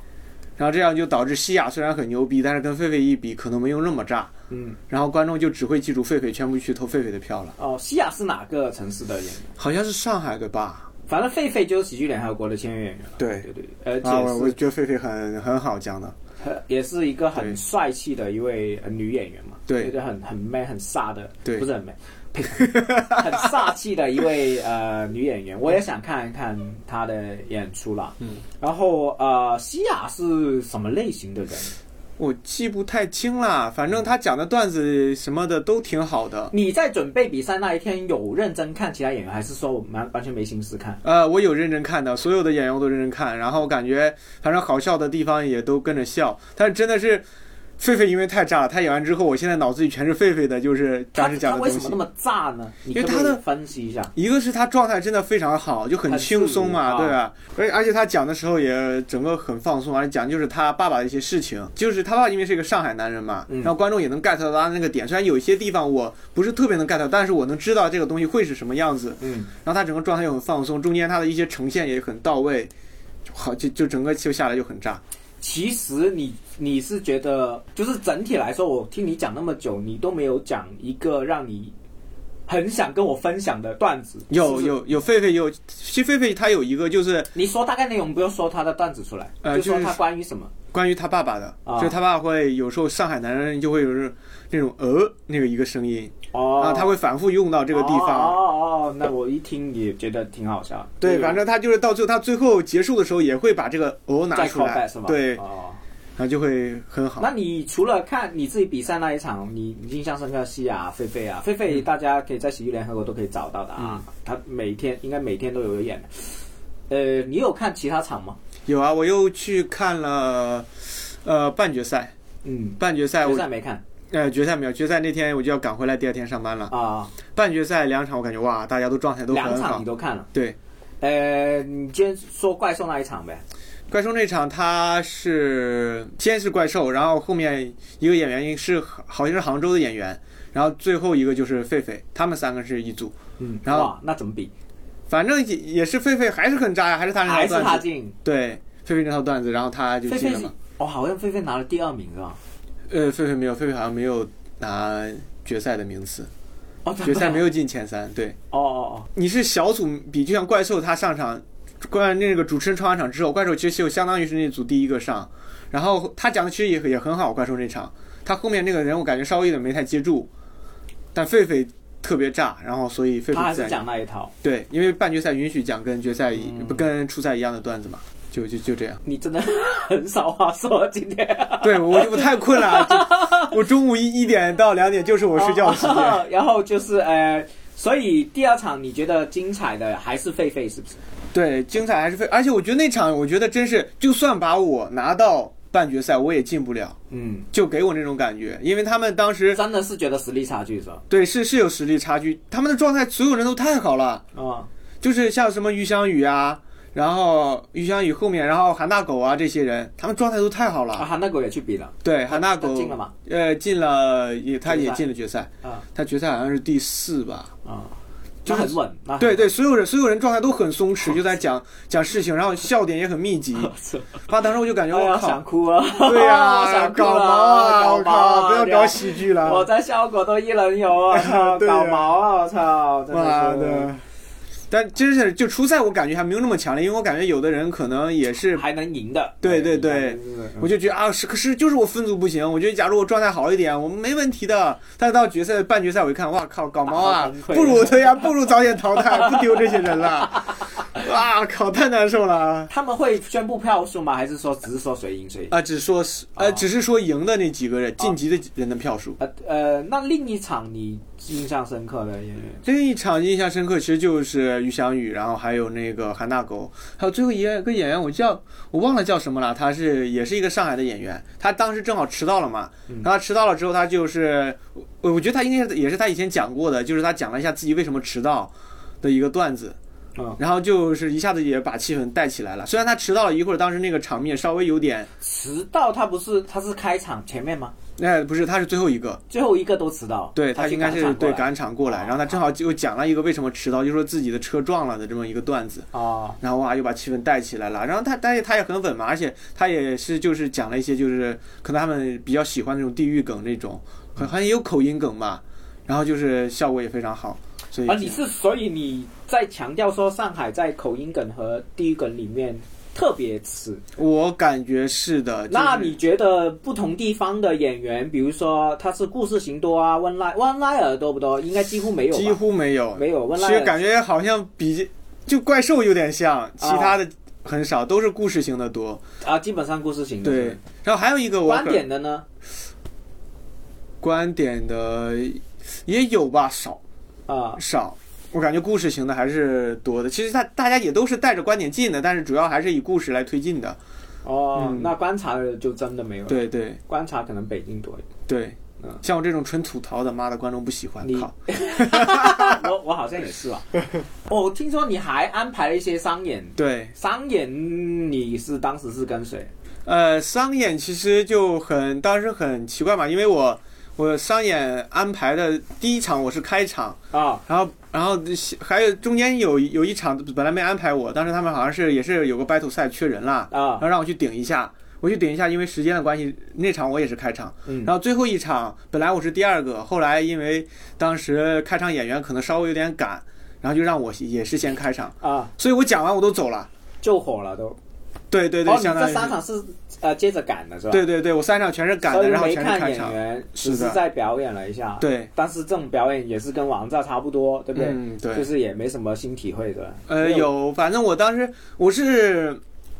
[SPEAKER 2] 然后这样就导致西亚虽然很牛逼，但是跟狒狒一比可能没有那么炸，
[SPEAKER 1] 嗯，
[SPEAKER 2] 然后观众就只会记住狒狒，全部去投狒狒的票了，
[SPEAKER 1] 哦，西亚是哪个城市的演员？
[SPEAKER 2] 好像是上海的吧？
[SPEAKER 1] 反正狒狒就是喜剧联合国的签约演员了。
[SPEAKER 2] 对
[SPEAKER 1] 对对，而
[SPEAKER 2] 啊，我
[SPEAKER 1] 且
[SPEAKER 2] 我
[SPEAKER 1] 是
[SPEAKER 2] 觉得狒狒很很好讲的，
[SPEAKER 1] 很 也是一个
[SPEAKER 2] 对
[SPEAKER 1] 很帅气的一位呃女演员嘛，
[SPEAKER 2] 对
[SPEAKER 1] 就是很很 man 很飒的，
[SPEAKER 2] 对
[SPEAKER 1] 不是很 man，呸 很飒气的一位呃女演员，我也想看一看她的演出啦。
[SPEAKER 2] 嗯，
[SPEAKER 1] 然后呃，西亚是什么类型的人？
[SPEAKER 2] 我记不太清了，反正他讲的段子什么的都挺好的。
[SPEAKER 1] 你在准备比赛那一天有认真看其他演员，还是说我完完全没心思看？
[SPEAKER 2] 呃，我有认真看的，所有的演员我都认真看，然后感觉反正好笑的地方也都跟着笑，但是真的是。狒狒因为太炸了，他演完之后，我现在脑子里全是狒狒的，就是
[SPEAKER 1] 他
[SPEAKER 2] 当时
[SPEAKER 1] 他
[SPEAKER 2] 讲的
[SPEAKER 1] 为
[SPEAKER 2] 东
[SPEAKER 1] 什么
[SPEAKER 2] 西
[SPEAKER 1] 那。么炸呢？你
[SPEAKER 2] 因为
[SPEAKER 1] 可不
[SPEAKER 2] 他
[SPEAKER 1] 可以
[SPEAKER 2] 的
[SPEAKER 1] 分析一下？
[SPEAKER 2] 一个是他状态真的非常好，就很轻松
[SPEAKER 1] 很
[SPEAKER 2] 嘛，
[SPEAKER 1] 自
[SPEAKER 2] 对
[SPEAKER 1] 如啊
[SPEAKER 2] 吧？而而且他讲的时候也整个很放松，而且讲就是他爸爸的一些事情，就是他爸爸因为是一个上海男人嘛，
[SPEAKER 1] 嗯
[SPEAKER 2] 然后观众也能 get 到他那个点，虽然有一些地方我不是特别能 get 到，但是我能知道这个东西会是什么样子。
[SPEAKER 1] 嗯，
[SPEAKER 2] 然后他整个状态又很放松，中间他的一些呈现也很到位，就好就就整个就下来就很炸。
[SPEAKER 1] 其实你你是觉得，就是整体来说，我听你讲那么久，你都没有讲一个让你很想跟我分享的段子。是
[SPEAKER 2] 有
[SPEAKER 1] 不是，
[SPEAKER 2] 有有狒狒有，其实狒狒他有一个就是
[SPEAKER 1] 你说大概内容，不用说他的段子出来，
[SPEAKER 2] 呃
[SPEAKER 1] 就说
[SPEAKER 2] 就是
[SPEAKER 1] 他关于什么。
[SPEAKER 2] 关于他爸爸的，
[SPEAKER 1] 啊
[SPEAKER 2] 就是他爸会有时候上海男人就会有那种那种呃那个一个声音，
[SPEAKER 1] 哦，
[SPEAKER 2] 然后他啊会反复用到这个地
[SPEAKER 1] 哦
[SPEAKER 2] 方。
[SPEAKER 1] 哦哦，那我一听也觉得挺好笑。
[SPEAKER 2] 对，反正他就是到最后他最后结束的时候也会把这个哦拿
[SPEAKER 1] 再
[SPEAKER 2] 出
[SPEAKER 1] call
[SPEAKER 2] 来
[SPEAKER 1] back 是吗？，
[SPEAKER 2] 对，然
[SPEAKER 1] 哦，
[SPEAKER 2] 后就会很好。
[SPEAKER 1] 那你除了看你自己比赛那一场，你你印象深刻的戏啊，狒狒啊，狒
[SPEAKER 2] 嗯
[SPEAKER 1] 狒大家可以在喜剧联合国都可以找到的啊，他每天应该每天都有演的。呃，你有看其他场吗？
[SPEAKER 2] 有啊，我又去看了，呃，半决赛，
[SPEAKER 1] 嗯，
[SPEAKER 2] 半决赛
[SPEAKER 1] 决
[SPEAKER 2] 哎我
[SPEAKER 1] 赛没看
[SPEAKER 2] 呃决赛没有，决赛那天我就要赶回来，第二天上班了。
[SPEAKER 1] 啊，
[SPEAKER 2] 半决赛两场，我感觉哇，大家都状态都
[SPEAKER 1] 两
[SPEAKER 2] 很
[SPEAKER 1] 场
[SPEAKER 2] 好
[SPEAKER 1] 你。都看了。
[SPEAKER 2] 对，
[SPEAKER 1] 呃，你今天说怪兽那一场呗？
[SPEAKER 2] 怪兽那场他是先是怪兽，然后后面一个演员是好像是杭州的演员，然后最后一个就是狒狒，他们三个是一组。
[SPEAKER 1] 嗯
[SPEAKER 2] 然后
[SPEAKER 1] 哇，那怎么比？
[SPEAKER 2] 反正也也是狒狒还是很渣呀，还是他那
[SPEAKER 1] 还
[SPEAKER 2] 套
[SPEAKER 1] 是他
[SPEAKER 2] 段子。
[SPEAKER 1] 进？
[SPEAKER 2] 对，狒狒那套段子，然后他就
[SPEAKER 1] 狒
[SPEAKER 2] 进
[SPEAKER 1] 狒
[SPEAKER 2] 了
[SPEAKER 1] 是
[SPEAKER 2] 嘛。
[SPEAKER 1] 哦，好像狒狒拿了第二名是吧？
[SPEAKER 2] 呃，狒狒没有，狒狒好像没有拿决赛的 名次，
[SPEAKER 1] 哦，
[SPEAKER 2] 决赛没
[SPEAKER 1] 有。
[SPEAKER 2] 有进前三。对，
[SPEAKER 1] 哦哦
[SPEAKER 2] 你是小组比，就像怪兽他上场，怪那个主持人上完场之后，怪兽其实就相当于是那组第一个上，然后他讲的其实也也很好，怪兽那场，他后面那个人我感觉稍微有点没太接住，但狒狒特别炸，然后所以狒
[SPEAKER 1] 哦，他
[SPEAKER 2] 狒
[SPEAKER 1] 还
[SPEAKER 2] 自
[SPEAKER 1] 是
[SPEAKER 2] 然
[SPEAKER 1] 讲那一套。
[SPEAKER 2] 对，因为半决赛允许讲跟决赛一、
[SPEAKER 1] 嗯
[SPEAKER 2] 不跟初赛一样的段子嘛，就就就这样。
[SPEAKER 1] 你真的 很少话说，今天。
[SPEAKER 2] 对我我太困了，啊就 我中午一一点到两点就是我睡觉的时间。
[SPEAKER 1] 哦然后就是呃，所以第二场你觉得精彩的还是狒狒是不是？
[SPEAKER 2] 对，精彩还是非，而且我觉得那场我觉得真是，就算把我拿到半决赛，我也进不了。
[SPEAKER 1] 嗯，
[SPEAKER 2] 就给我那种感觉，因为他们当时
[SPEAKER 1] 真的是觉得实力差距是吧？
[SPEAKER 2] 对是是有实力差距，他们的状态所有人都太好了，
[SPEAKER 1] 啊、
[SPEAKER 2] 就是像什么于翔宇啊，然后于翔宇后面，然后韩大狗啊这些人，他们状态都太好
[SPEAKER 1] 啊，
[SPEAKER 2] 了。
[SPEAKER 1] 韩大狗也去比了，
[SPEAKER 2] 对，韩大
[SPEAKER 1] 他
[SPEAKER 2] 狗
[SPEAKER 1] 进了吗？
[SPEAKER 2] 呃进了也他
[SPEAKER 1] 决
[SPEAKER 2] 也
[SPEAKER 1] 赛
[SPEAKER 2] 进了决赛，
[SPEAKER 1] 啊
[SPEAKER 2] 他决赛好像是第四吧。
[SPEAKER 1] 啊，
[SPEAKER 2] 哦就
[SPEAKER 1] 就是很稳。那很
[SPEAKER 2] 对对，所有人所有人状态都很松 弛，就在讲讲事情，然后笑点也很密集。哇，当时我就感觉
[SPEAKER 1] 哎
[SPEAKER 2] 我
[SPEAKER 1] 呀，
[SPEAKER 2] 靠
[SPEAKER 1] 想， 哭啊！
[SPEAKER 2] 对 呀、
[SPEAKER 1] 想哭
[SPEAKER 2] 搞毛
[SPEAKER 1] 啊！
[SPEAKER 2] 啊，我
[SPEAKER 1] 搞毛啊
[SPEAKER 2] 靠，不要搞喜剧了，
[SPEAKER 1] 我在效果都一人游啊，
[SPEAKER 2] 对呀
[SPEAKER 1] 搞毛啊！我操，真
[SPEAKER 2] 妈
[SPEAKER 1] 是
[SPEAKER 2] 的，但真是就初赛，我感觉还没有那么强烈，因为我感觉有的人可能也是，
[SPEAKER 1] 还能赢的。
[SPEAKER 2] 对对对
[SPEAKER 1] 哎，我
[SPEAKER 2] 我就觉得啊，是可是就是我分组不行，我觉得假如我状态好一点，我们没问题的。但是到决赛半决赛，我一看，哇靠，搞毛
[SPEAKER 1] 大
[SPEAKER 2] 啊
[SPEAKER 1] 崩，溃
[SPEAKER 2] 不如对呀、不如早点淘汰，不丢这些人了。 哇靠，太难受了
[SPEAKER 1] 他们会宣布票数吗？还是说只是说谁赢谁？
[SPEAKER 2] 啊！只说是呃，
[SPEAKER 1] 啊
[SPEAKER 2] 只是说赢的那几个人晋级的人的票数。
[SPEAKER 1] 呃呃，那另一场你印象深刻的演员，
[SPEAKER 2] 这一场印象深刻，其实就是于翔宇，然后还有那个韩大狗，还有最后一个演员，我叫我忘了叫什么了，他是也是一个上海的演员，他当时正好迟到了嘛，然后他迟到了之后，他就是我我觉得他应该是也是他以前讲过的，就是他讲了一下自己为什么迟到的一个段子。
[SPEAKER 1] 嗯，
[SPEAKER 2] 然后就是一下子也把气氛带起来了。虽然他迟到了一会儿，当时那个场面稍微有点，
[SPEAKER 1] 迟到他不是他是开场前面吗？
[SPEAKER 2] 那、哎不是他是最后一个，
[SPEAKER 1] 最后一个都迟到，
[SPEAKER 2] 对
[SPEAKER 1] 他去
[SPEAKER 2] 应该
[SPEAKER 1] 赶
[SPEAKER 2] 是
[SPEAKER 1] 场过
[SPEAKER 2] 对
[SPEAKER 1] 来
[SPEAKER 2] 赶场过来，
[SPEAKER 1] 哦
[SPEAKER 2] 然后他正好就讲了一个为什么迟到，就说自己的车撞了的这么一个段子，
[SPEAKER 1] 哦，
[SPEAKER 2] 然后哇又把气氛带起来了，然后他但是他也很稳嘛，而且他也是就是讲了一些就是可能他们比较喜欢那种地域梗那种，很很有口音梗吧，然后就是效果也非常好，所以
[SPEAKER 1] 啊，你是所以你在强调说上海在口音梗和地域梗里面特别次。
[SPEAKER 2] 我感觉是的，就是
[SPEAKER 1] 那你觉得不同地方的演员，比如说他是故事型多啊，温莱温莱尔多不多？应该几乎没有吧，
[SPEAKER 2] 几乎没有，
[SPEAKER 1] 没有温
[SPEAKER 2] 其
[SPEAKER 1] 莱
[SPEAKER 2] 实
[SPEAKER 1] 尔。
[SPEAKER 2] 感觉好像比就怪兽有点像，其他
[SPEAKER 1] 哦
[SPEAKER 2] 的很少，都是故事型的多，
[SPEAKER 1] 啊，基本上故事型的。
[SPEAKER 2] 对，，然后还有一个
[SPEAKER 1] 嗯
[SPEAKER 2] 我
[SPEAKER 1] 观
[SPEAKER 2] 可
[SPEAKER 1] 点的呢？
[SPEAKER 2] 观点的也有吧，少
[SPEAKER 1] 啊，
[SPEAKER 2] 少。我感觉故事型的还是多的。其实他大家也都是带着观点进的，但是主要还是以故事来推进的。
[SPEAKER 1] 哦，
[SPEAKER 2] 嗯
[SPEAKER 1] 那观察的就真的没有了。
[SPEAKER 2] 对对
[SPEAKER 1] 观察可能北京多一点。
[SPEAKER 2] 对
[SPEAKER 1] 嗯，
[SPEAKER 2] 像我这种纯吐槽的，妈的观众不喜欢。
[SPEAKER 1] 你
[SPEAKER 2] 靠，
[SPEAKER 1] 我我好像也是 吧。哦，我听说你还安排了一些商演，
[SPEAKER 2] 对，
[SPEAKER 1] 商演你是当时是跟谁？
[SPEAKER 2] 呃，商演其实就很当时很奇怪嘛，因为我我商演安排的第一场我是开场，
[SPEAKER 1] 啊
[SPEAKER 2] 然后然后还有中间有有一场本来没安排我，当时他们好像是也是有个 battle 赛缺人啦，然
[SPEAKER 1] 啊，
[SPEAKER 2] 后让我去顶一下，我去顶一下，因为时间的关系，那场我也是开场，
[SPEAKER 1] 嗯
[SPEAKER 2] 然后最后一场本来我是第二个，后来因为当时开场演员可能稍微有点赶，然后就让我也是先开场，
[SPEAKER 1] 啊，
[SPEAKER 2] 所以我讲完我都走了。
[SPEAKER 1] 就火了都。
[SPEAKER 2] 对对对，
[SPEAKER 1] 哦，你
[SPEAKER 2] 相当
[SPEAKER 1] 这
[SPEAKER 2] 于
[SPEAKER 1] 三
[SPEAKER 2] 是
[SPEAKER 1] 场是呃接着赶的是吧？
[SPEAKER 2] 对对对，我三场全是赶
[SPEAKER 1] 所
[SPEAKER 2] 的，
[SPEAKER 1] 以
[SPEAKER 2] 然后
[SPEAKER 1] 没
[SPEAKER 2] 全是
[SPEAKER 1] 看
[SPEAKER 2] 开
[SPEAKER 1] 演
[SPEAKER 2] 场。
[SPEAKER 1] 员，
[SPEAKER 2] 是
[SPEAKER 1] 只
[SPEAKER 2] 的
[SPEAKER 1] 是在表演了一下。，
[SPEAKER 2] 对，
[SPEAKER 1] 但是这种表演也是跟王炸差不多，对不对？
[SPEAKER 2] 嗯
[SPEAKER 1] 就
[SPEAKER 2] 对，
[SPEAKER 1] 是也没什么新体会的。
[SPEAKER 2] 呃
[SPEAKER 1] 没有，
[SPEAKER 2] 有，反正我当时我是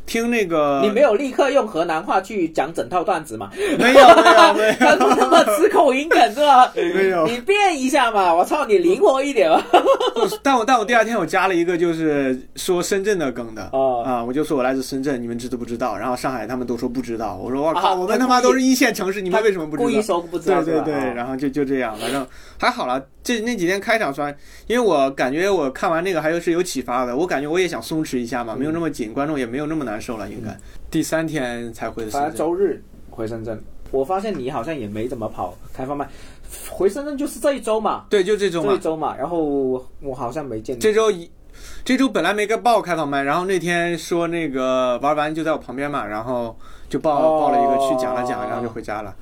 [SPEAKER 2] 听那个
[SPEAKER 1] 你没有立刻用河南话去讲整套段子嘛？
[SPEAKER 2] 没有没有没有
[SPEAKER 1] 他不那么吃口音梗是吧？
[SPEAKER 2] 没有，
[SPEAKER 1] 你变一下嘛！我操，你灵活一点吧。
[SPEAKER 2] 但我但我第二天我加了一个就是说深圳的梗的
[SPEAKER 1] 哦
[SPEAKER 2] 啊、我就说我来自深圳，你们知都不知道？然后上海他们都说不知道，我说我靠，
[SPEAKER 1] 啊
[SPEAKER 2] 我们他妈
[SPEAKER 1] 他故意
[SPEAKER 2] 都是一线城市，你们为什么不知
[SPEAKER 1] 故意
[SPEAKER 2] 道？
[SPEAKER 1] 说不知道
[SPEAKER 2] 对
[SPEAKER 1] 是
[SPEAKER 2] 对
[SPEAKER 1] 吧
[SPEAKER 2] 对，
[SPEAKER 1] 啊
[SPEAKER 2] 然后就就这样，反正还好啦。这那几天开场算，因为我感觉我看完那个还有是有启发的，我感觉我也想松弛一下嘛，
[SPEAKER 1] 嗯
[SPEAKER 2] 没有那么紧，观众也没有那么难受了，应该。第三天才回
[SPEAKER 1] 哦反
[SPEAKER 2] 深
[SPEAKER 1] 正
[SPEAKER 2] 圳，
[SPEAKER 1] 周日回深圳，我发现你好像也没怎么跑开放麦，回深圳就是这一周嘛，
[SPEAKER 2] 对，就这周
[SPEAKER 1] 这一
[SPEAKER 2] 嘛，
[SPEAKER 1] 周嘛。然后我好像没见你。
[SPEAKER 2] 这周一。这周本来没该报开放麦，然后那天说那个玩完就在我旁边嘛，然后就报、
[SPEAKER 1] 哦
[SPEAKER 2] 报了一个去讲了讲，然后就回家了。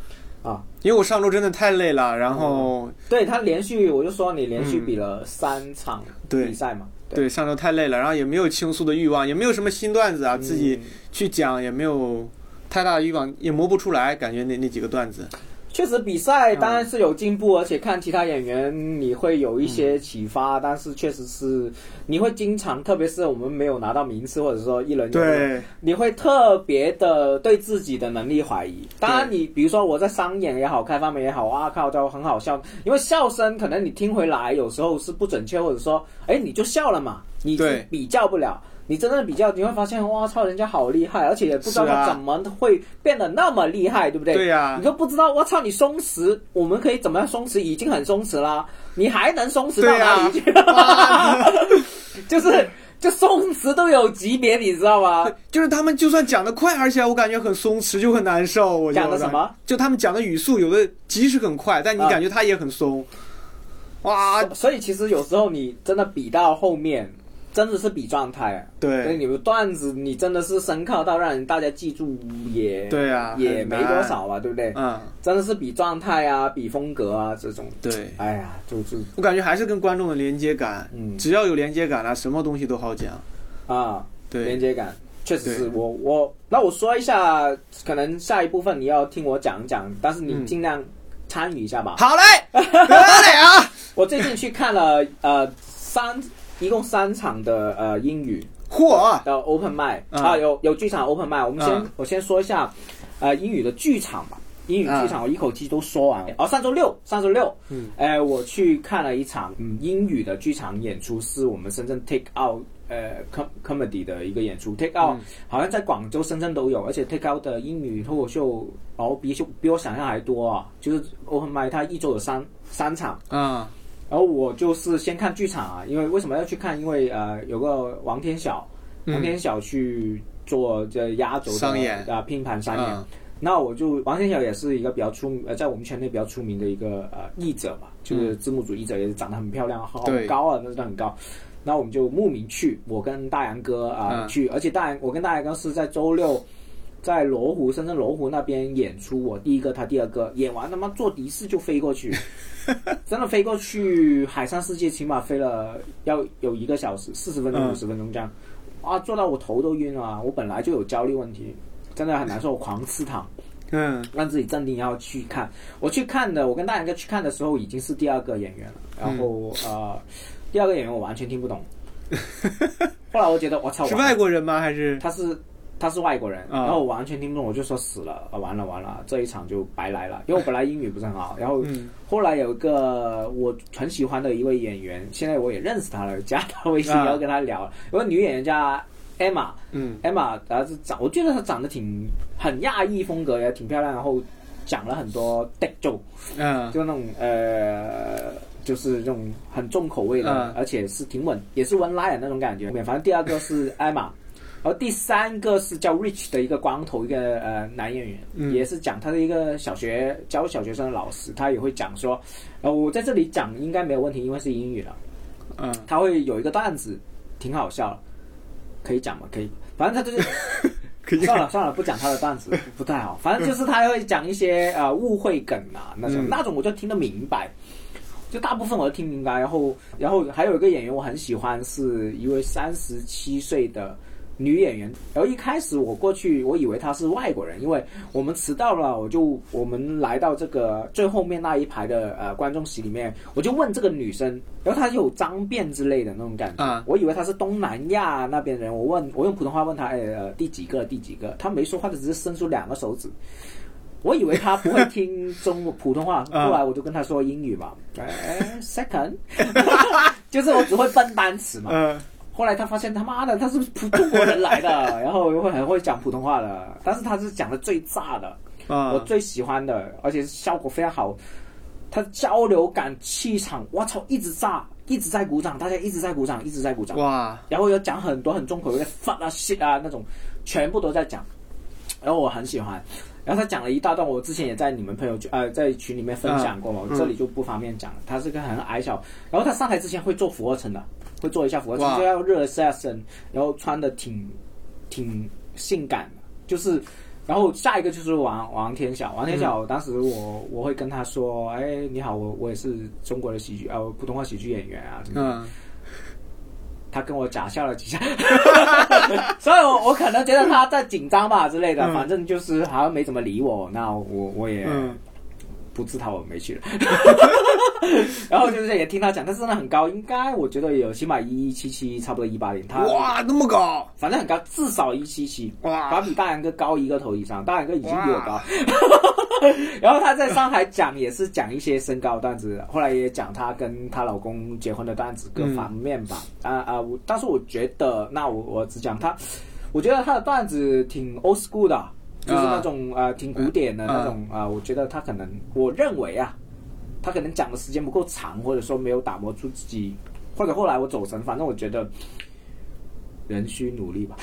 [SPEAKER 1] 啊，
[SPEAKER 2] 因为我上周真的太累了，然后、
[SPEAKER 1] 对他连续，我就说你连续
[SPEAKER 2] 嗯
[SPEAKER 1] 比了三场
[SPEAKER 2] 对
[SPEAKER 1] 比赛嘛，对
[SPEAKER 2] 对上周太累了，然后也没有倾诉的欲望，也没有什么新段子啊，
[SPEAKER 1] 嗯
[SPEAKER 2] 自己去讲也没有太大的欲望，也磨不出来，感觉那那几个段子。
[SPEAKER 1] 确实比赛
[SPEAKER 2] 嗯
[SPEAKER 1] 当然是有进步，而且看其他演员你会有一些启
[SPEAKER 2] 嗯
[SPEAKER 1] 发，但是确实是你会经常，特别是我们没有拿到名次或者说一轮游，
[SPEAKER 2] 对
[SPEAKER 1] 你会特别的对自己的能力怀疑。当然你，比如说我在商演也好，开放麦也好，啊靠，都很好笑，因为笑声可能你听回来有时候是不准确，或者说，哎，你就笑了嘛，你
[SPEAKER 2] 对
[SPEAKER 1] 比较不了。你真的比较，你会发现，哇操，人家好厉害，而且也不知道
[SPEAKER 2] 是啊
[SPEAKER 1] 他怎么会变得那么厉害，对不对？
[SPEAKER 2] 对啊呀、
[SPEAKER 1] 你都不知道，我操！你松弛，我们可以怎么样松弛？已经很松弛啦，你还能松弛到
[SPEAKER 2] 对啊呀
[SPEAKER 1] 哪里去？啊 就是就松弛都有级别，你知道吗？
[SPEAKER 2] 就是他们就算讲得快，而且我感觉很松弛，就很难受。我觉得
[SPEAKER 1] 讲的什么？
[SPEAKER 2] 就他们讲的语速，有的即使很快，但你
[SPEAKER 1] 啊
[SPEAKER 2] 感觉他也很松。哇，
[SPEAKER 1] 所以其实有时候你真的比到后面，真的是比状态。所以
[SPEAKER 2] 对
[SPEAKER 1] 你们段子，你真的是深刻到让人大家记住也
[SPEAKER 2] 对啊，
[SPEAKER 1] 也
[SPEAKER 2] 很
[SPEAKER 1] 没
[SPEAKER 2] 难
[SPEAKER 1] 多，少吧，对不对？
[SPEAKER 2] 嗯，
[SPEAKER 1] 真的是比状态啊，比风格啊这种，
[SPEAKER 2] 对
[SPEAKER 1] 哎呀，就就
[SPEAKER 2] 我感觉还是跟观众的连接感，
[SPEAKER 1] 嗯
[SPEAKER 2] 只要有连接感了、什么东西都好讲，
[SPEAKER 1] 啊，连
[SPEAKER 2] 对，
[SPEAKER 1] 接感确实是
[SPEAKER 2] 对
[SPEAKER 1] 我我那我说一下，可能下一部分你要听我讲一讲，但是你
[SPEAKER 2] 嗯
[SPEAKER 1] 尽量参与一下吧。
[SPEAKER 2] 好嘞，得嘞啊，
[SPEAKER 1] 我最近去看了呃三一共三场的呃英语
[SPEAKER 2] 嚯，
[SPEAKER 1] 的 open mic
[SPEAKER 2] 嗯
[SPEAKER 1] 啊，有有剧场 open mic，我们先、
[SPEAKER 2] 嗯
[SPEAKER 1] 我先说一下呃英语的剧场吧。英语剧场我一口气都说完了。哦，上周六，上周六，
[SPEAKER 2] 嗯，
[SPEAKER 1] 呃，我去看了一场嗯英语的剧场演出，是我们深圳 Take Out 呃 com comedy 的一个演出。Take
[SPEAKER 2] 嗯
[SPEAKER 1] Out、好像在广州、深圳都有，而且 Take Out 的英语脱口秀哦，比比我想象还多啊。就是 open mic，它一周有三三场。
[SPEAKER 2] 啊，
[SPEAKER 1] 然后我就是先看剧场啊，因为为什么要去看？因为呃，有个王天晓，
[SPEAKER 2] 嗯
[SPEAKER 1] 王天晓去做这压轴的
[SPEAKER 2] 商演
[SPEAKER 1] 啊拼盘商演。
[SPEAKER 2] 嗯
[SPEAKER 1] 那我就王天晓也是一个比较出名呃，在我们圈内比较出名的一个呃译者吧，就是字幕组译者，也是长得很漂亮，好
[SPEAKER 2] 嗯对
[SPEAKER 1] 高啊，真的很高。那我们就慕名去，我跟大杨哥啊、
[SPEAKER 2] 嗯
[SPEAKER 1] 去，而且大杨我跟大杨哥是在周六。在罗湖，深圳罗湖那边演出，我第一个，他第二个，演完他妈坐的士就飞过 去，真的飞过去海上世界，起码飞了要有一个小时，四十分钟、
[SPEAKER 2] 嗯
[SPEAKER 1] 五十分钟这样，啊，坐到我头都晕了啊，我本来就有焦虑问题，真的很难受，我狂吃糖，
[SPEAKER 2] 嗯，
[SPEAKER 1] 让自己镇定，要去看。我去看的，我跟大杨哥去看的时候已经是第二个演员了，然后、呃，第二个演员我完全听 不懂，后来我觉得我操，
[SPEAKER 2] 是
[SPEAKER 1] 完了
[SPEAKER 2] 外国人吗？还是
[SPEAKER 1] 他是他是外国人，
[SPEAKER 2] 啊
[SPEAKER 1] 然后我完全听不懂，我就说死了，啊、完了完了，这一场就白来 了，因为我本来英语不是很好，然后
[SPEAKER 2] 嗯
[SPEAKER 1] 后来有一个我很喜欢的一位演员，现在我也认识他了，加他微信
[SPEAKER 2] 啊
[SPEAKER 1] 然后跟他聊，有个女演员叫 Emma。
[SPEAKER 2] 嗯
[SPEAKER 1] Emma，然后是长，我觉得她长得挺很亚裔风格，也挺漂亮，然后讲了很多 d e j o
[SPEAKER 2] 嗯
[SPEAKER 1] 就那种呃，就是那种很重口味的，
[SPEAKER 2] 嗯
[SPEAKER 1] 而且是挺稳，也是温拉的那种感觉。反正第二个是 Emma，然后第三个是叫 Rich 的一个光头一个呃男演员，
[SPEAKER 2] 嗯
[SPEAKER 1] 也是讲他的一个小学教小学生的老师，他也会讲说，呃，我在这里讲应该没有问题，因为是英语了。
[SPEAKER 2] 嗯，
[SPEAKER 1] 他会有一个段子，挺好笑的，可以讲吗？可以，反正他就是。
[SPEAKER 2] 可以
[SPEAKER 1] 算了算了，不讲他的段 子不太好。反正就是他会讲一些呃误会梗啊那种，
[SPEAKER 2] 嗯
[SPEAKER 1] 那种我就听得明白，就大部分我都听明白。然后然后还有一个演员我很喜欢，是一位三十七岁的。女演员，然后一开始我过去，我以为她是外国人，因为我们迟到了，我就我们来到这个最后面那一排的呃观众席里面，我就问这个女生，然后她有脏辫之类的那种感觉，
[SPEAKER 2] 啊
[SPEAKER 1] 我以为她是东南亚那边人，我问我用普通话问她，哎呃第几个第几个，她没说话，她只是伸出两个手指。我以为她不会听中国普通话，
[SPEAKER 2] 啊
[SPEAKER 1] 后来我就跟她说英语嘛，哎，second，就是我只会笨单词嘛。
[SPEAKER 2] 嗯
[SPEAKER 1] 后来他发现他妈的他是普中国人来的，然后又会很会讲普通话的，但是他是讲的最炸的，我
[SPEAKER 2] 啊，
[SPEAKER 1] 最喜欢的，而且效果非常好。他交流感、气场，我操，一直炸，一直在鼓掌，大家一直在鼓掌，一直在鼓掌。
[SPEAKER 2] 哇，
[SPEAKER 1] 然后有讲很多很重口味的 fuck 啊 shit 啊那种，全部都在讲，然后我很喜欢。然后他讲了一大段，我之前也在你们朋友圈呃在群里面分享过嘛，
[SPEAKER 2] 嗯
[SPEAKER 1] 我这里就不方便讲了。他是个很矮小，然后他上台之前会做俯卧撑的，会做一下俯卧撑，
[SPEAKER 2] 哇
[SPEAKER 1] 就要热一下身，然后穿的挺挺性感的，就是。然后下一个就是王王天晓，王天
[SPEAKER 2] 嗯
[SPEAKER 1] 晓，当时我我会跟他说，哎，你好，我我也是中国的喜剧呃普通话喜剧演员啊，什么
[SPEAKER 2] 嗯
[SPEAKER 1] 他跟我假笑了几下， 所以我我可能觉得他在紧张吧之类的，
[SPEAKER 2] 嗯
[SPEAKER 1] 反正就是好像没怎么理我，那我我也
[SPEAKER 2] 嗯
[SPEAKER 1] 不知道我没去了。 然后就是也听他讲，他真的很高，应该我觉得有起码一七七，差不多一八零，他
[SPEAKER 2] 哇，那么高，
[SPEAKER 1] 反正很高，至少一七七，
[SPEAKER 2] 哇
[SPEAKER 1] 他比大杨哥高一个头以上，大杨哥已经比我高
[SPEAKER 2] 哇。
[SPEAKER 1] 然后他在上海讲也是讲一些身高段子，后来也讲她跟她老公结婚的段子各方面吧。啊啊、我但是我觉得，那我我只讲她，我觉得她的段子挺 old school 的，就是那种呃挺古典的那种啊、呃我觉得她可能，我认为啊，她可能讲的时间不够长，或者说没有打磨出自己，或者后来我走神，反正我觉得。人需努力 吧，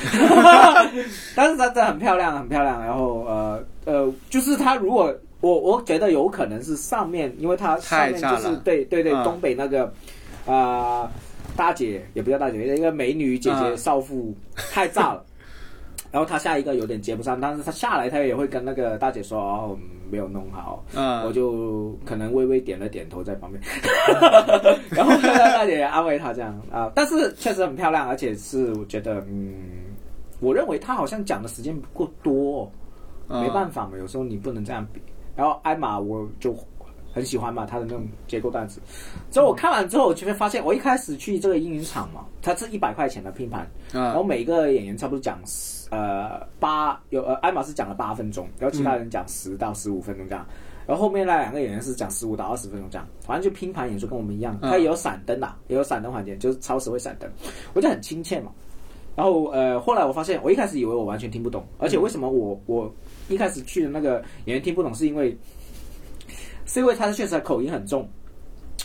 [SPEAKER 1] 但是她真的很漂亮，很漂亮。然后呃呃，就是她如果我我觉得有可能是上面，因为她上面
[SPEAKER 2] 太
[SPEAKER 1] 就
[SPEAKER 2] 炸
[SPEAKER 1] 是
[SPEAKER 2] 了
[SPEAKER 1] 对对对、
[SPEAKER 2] 嗯
[SPEAKER 1] 东北那个啊、呃大姐也不叫大姐，一个美女姐姐
[SPEAKER 2] 啊
[SPEAKER 1] 少妇太炸 了。然后她下一个有点接不上，但是她下来她也会跟那个大姐说哦没有弄好，
[SPEAKER 2] 啊
[SPEAKER 1] 我就可能微微点了点头在旁边，然后那个大姐也安慰她这样啊，但是确实很漂亮，而且是我觉得嗯，我认为她好像讲的时间不够多、哦，没办法嘛，有时候你不能这样比。然后艾玛我就很喜欢嘛，她的那种结构段子。之后我看完之后，我就会发现，我一开始去这个英语场嘛，它是一百块钱的拼盘，然
[SPEAKER 2] 啊
[SPEAKER 1] 后嗯每个演员差不多讲十呃八有呃艾玛是讲了八分钟，然后其他人讲十到十五分钟这样。然后后面那两个演员是讲十五到二十分钟这样，反正就拼盘演出跟我们一样，
[SPEAKER 2] 嗯
[SPEAKER 1] 它也有闪灯的、也有闪灯环节，就是超时会闪灯，我就很亲切嘛。然后呃，后来我发现，我一开始以为我完全听不懂，而且为什么我我一开始去的那个演员听不懂，是因为是因为他确实口音很重，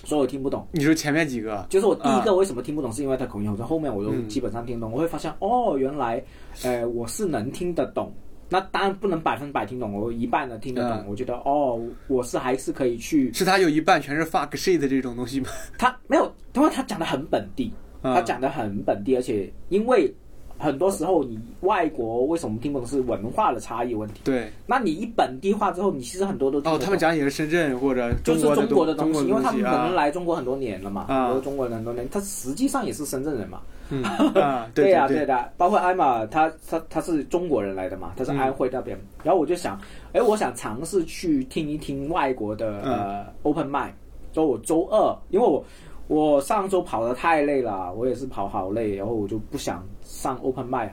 [SPEAKER 1] 所以我听不懂。
[SPEAKER 2] 你说前面几个
[SPEAKER 1] 就是我第
[SPEAKER 2] 嗯
[SPEAKER 1] 一个为什么听不懂，是因为他口音很重，后面我都基本上听懂。我会发现哦，原来呃我是能听得懂。那当然不能百分百听懂，我一半能听得懂。
[SPEAKER 2] 嗯
[SPEAKER 1] 我觉得哦，我是还是可以去
[SPEAKER 2] 是他有一半全是 fuck shit 这种东西 吗？
[SPEAKER 1] 他没有，因为他讲的很本地，
[SPEAKER 2] 嗯
[SPEAKER 1] 他讲的很本地，而且因为很多时候你外国为什么听不懂是文化的差异问题。
[SPEAKER 2] 对，
[SPEAKER 1] 那你一本地化之后，你其实很多都听
[SPEAKER 2] 哦，
[SPEAKER 1] 得
[SPEAKER 2] 他们
[SPEAKER 1] 懂
[SPEAKER 2] 讲也是深圳或者
[SPEAKER 1] 就是
[SPEAKER 2] 国的
[SPEAKER 1] 国
[SPEAKER 2] 东
[SPEAKER 1] 东
[SPEAKER 2] 中国
[SPEAKER 1] 因为他们可能
[SPEAKER 2] 啊
[SPEAKER 1] 来中国很多年了嘛，
[SPEAKER 2] 啊
[SPEAKER 1] 很多中国人很多年，他实际上也是深圳人嘛。
[SPEAKER 2] 嗯啊，对
[SPEAKER 1] 呀、
[SPEAKER 2] 对，
[SPEAKER 1] 的，包括艾玛，她她她是中国人来的嘛，她是
[SPEAKER 2] 嗯
[SPEAKER 1] 安徽那边。然后我就想，哎，我想尝试去听一听外国的、
[SPEAKER 2] 嗯
[SPEAKER 1] 呃 open mic。所以我周二，因为我我上周跑得太累了，我也是跑好累，然后我就不想上 open mic，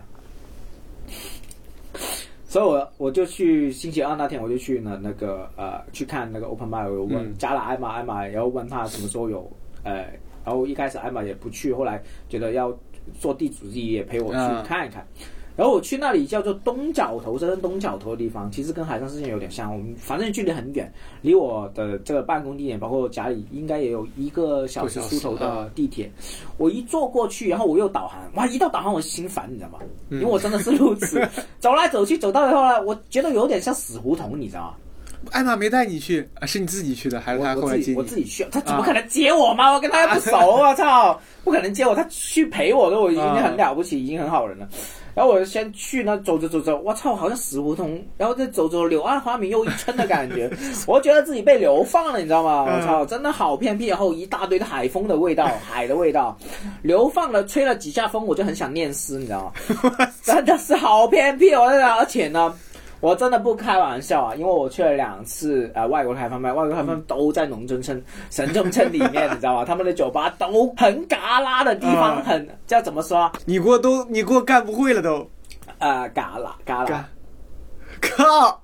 [SPEAKER 1] 所以我我就去星期二那天我就去了那个呃去看那个 open mic，我问、
[SPEAKER 2] 嗯
[SPEAKER 1] 加了艾玛艾玛，然后问他什么时候有呃，然后一开始艾玛也不去，后来觉得要做地主自己也陪我
[SPEAKER 2] 嗯
[SPEAKER 1] 去看一看。然后我去那里叫做东角头，深圳东角头的地方，其实跟海上世界有点像。我们反正距离很远，离我的这个办公地点，包括家里，应该也有一个小时
[SPEAKER 2] 多小
[SPEAKER 1] 出
[SPEAKER 2] 时
[SPEAKER 1] 头
[SPEAKER 2] 啊
[SPEAKER 1] 的地铁。我一坐过去，然后我又导航，哇！一到导航我心烦，你知道吗？因为我真的是路痴，走来走去，走到后来，我觉得有点像死胡同，你知道吗？
[SPEAKER 2] 艾玛没带你去，啊是你自己去的，还是他
[SPEAKER 1] 我
[SPEAKER 2] 后
[SPEAKER 1] 我
[SPEAKER 2] 来
[SPEAKER 1] 自
[SPEAKER 2] 接
[SPEAKER 1] 己
[SPEAKER 2] 你啊
[SPEAKER 1] 我？自己去，他怎么可能接我嘛？我跟他又不熟啊，操，不可能接我，他去陪我的，我已经
[SPEAKER 2] 啊
[SPEAKER 1] 很了不起，已经很好人了。然后我就先去那走着走着，我操，好像死胡同，然后再走走柳暗花明又一村的感 觉，我觉得自己被流放了，你知道吗？
[SPEAKER 2] 嗯
[SPEAKER 1] 我操，真的好偏僻，然后一大堆的海风的味道，海的味道，流放了，吹了几下风，我就很想念诗，你知道吗？真的是好偏僻，我在想，而且呢。我真的不开玩笑啊，因为我去了两次呃外国开放麦，外国开放麦都在农村村、城中村里面，你知道吗？他们的酒吧都很旮旯的地方，
[SPEAKER 2] 嗯
[SPEAKER 1] 很叫怎么说啊
[SPEAKER 2] 你给我都你给我干不会 了都，
[SPEAKER 1] 呃旮旯旮旯
[SPEAKER 2] 干， 靠！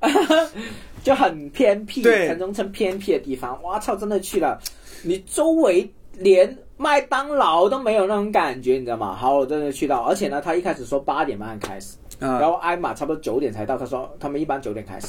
[SPEAKER 1] 就很偏僻，
[SPEAKER 2] 对
[SPEAKER 1] 城中村偏僻的地方。哇操，真的去了，你周围连麦当劳都没有那种感觉，你知道吗？好，我真的去到，而且呢，他一开始说八点半开始，然
[SPEAKER 2] 啊，
[SPEAKER 1] 后艾玛差不多九点才到，他说他们一般九点开始，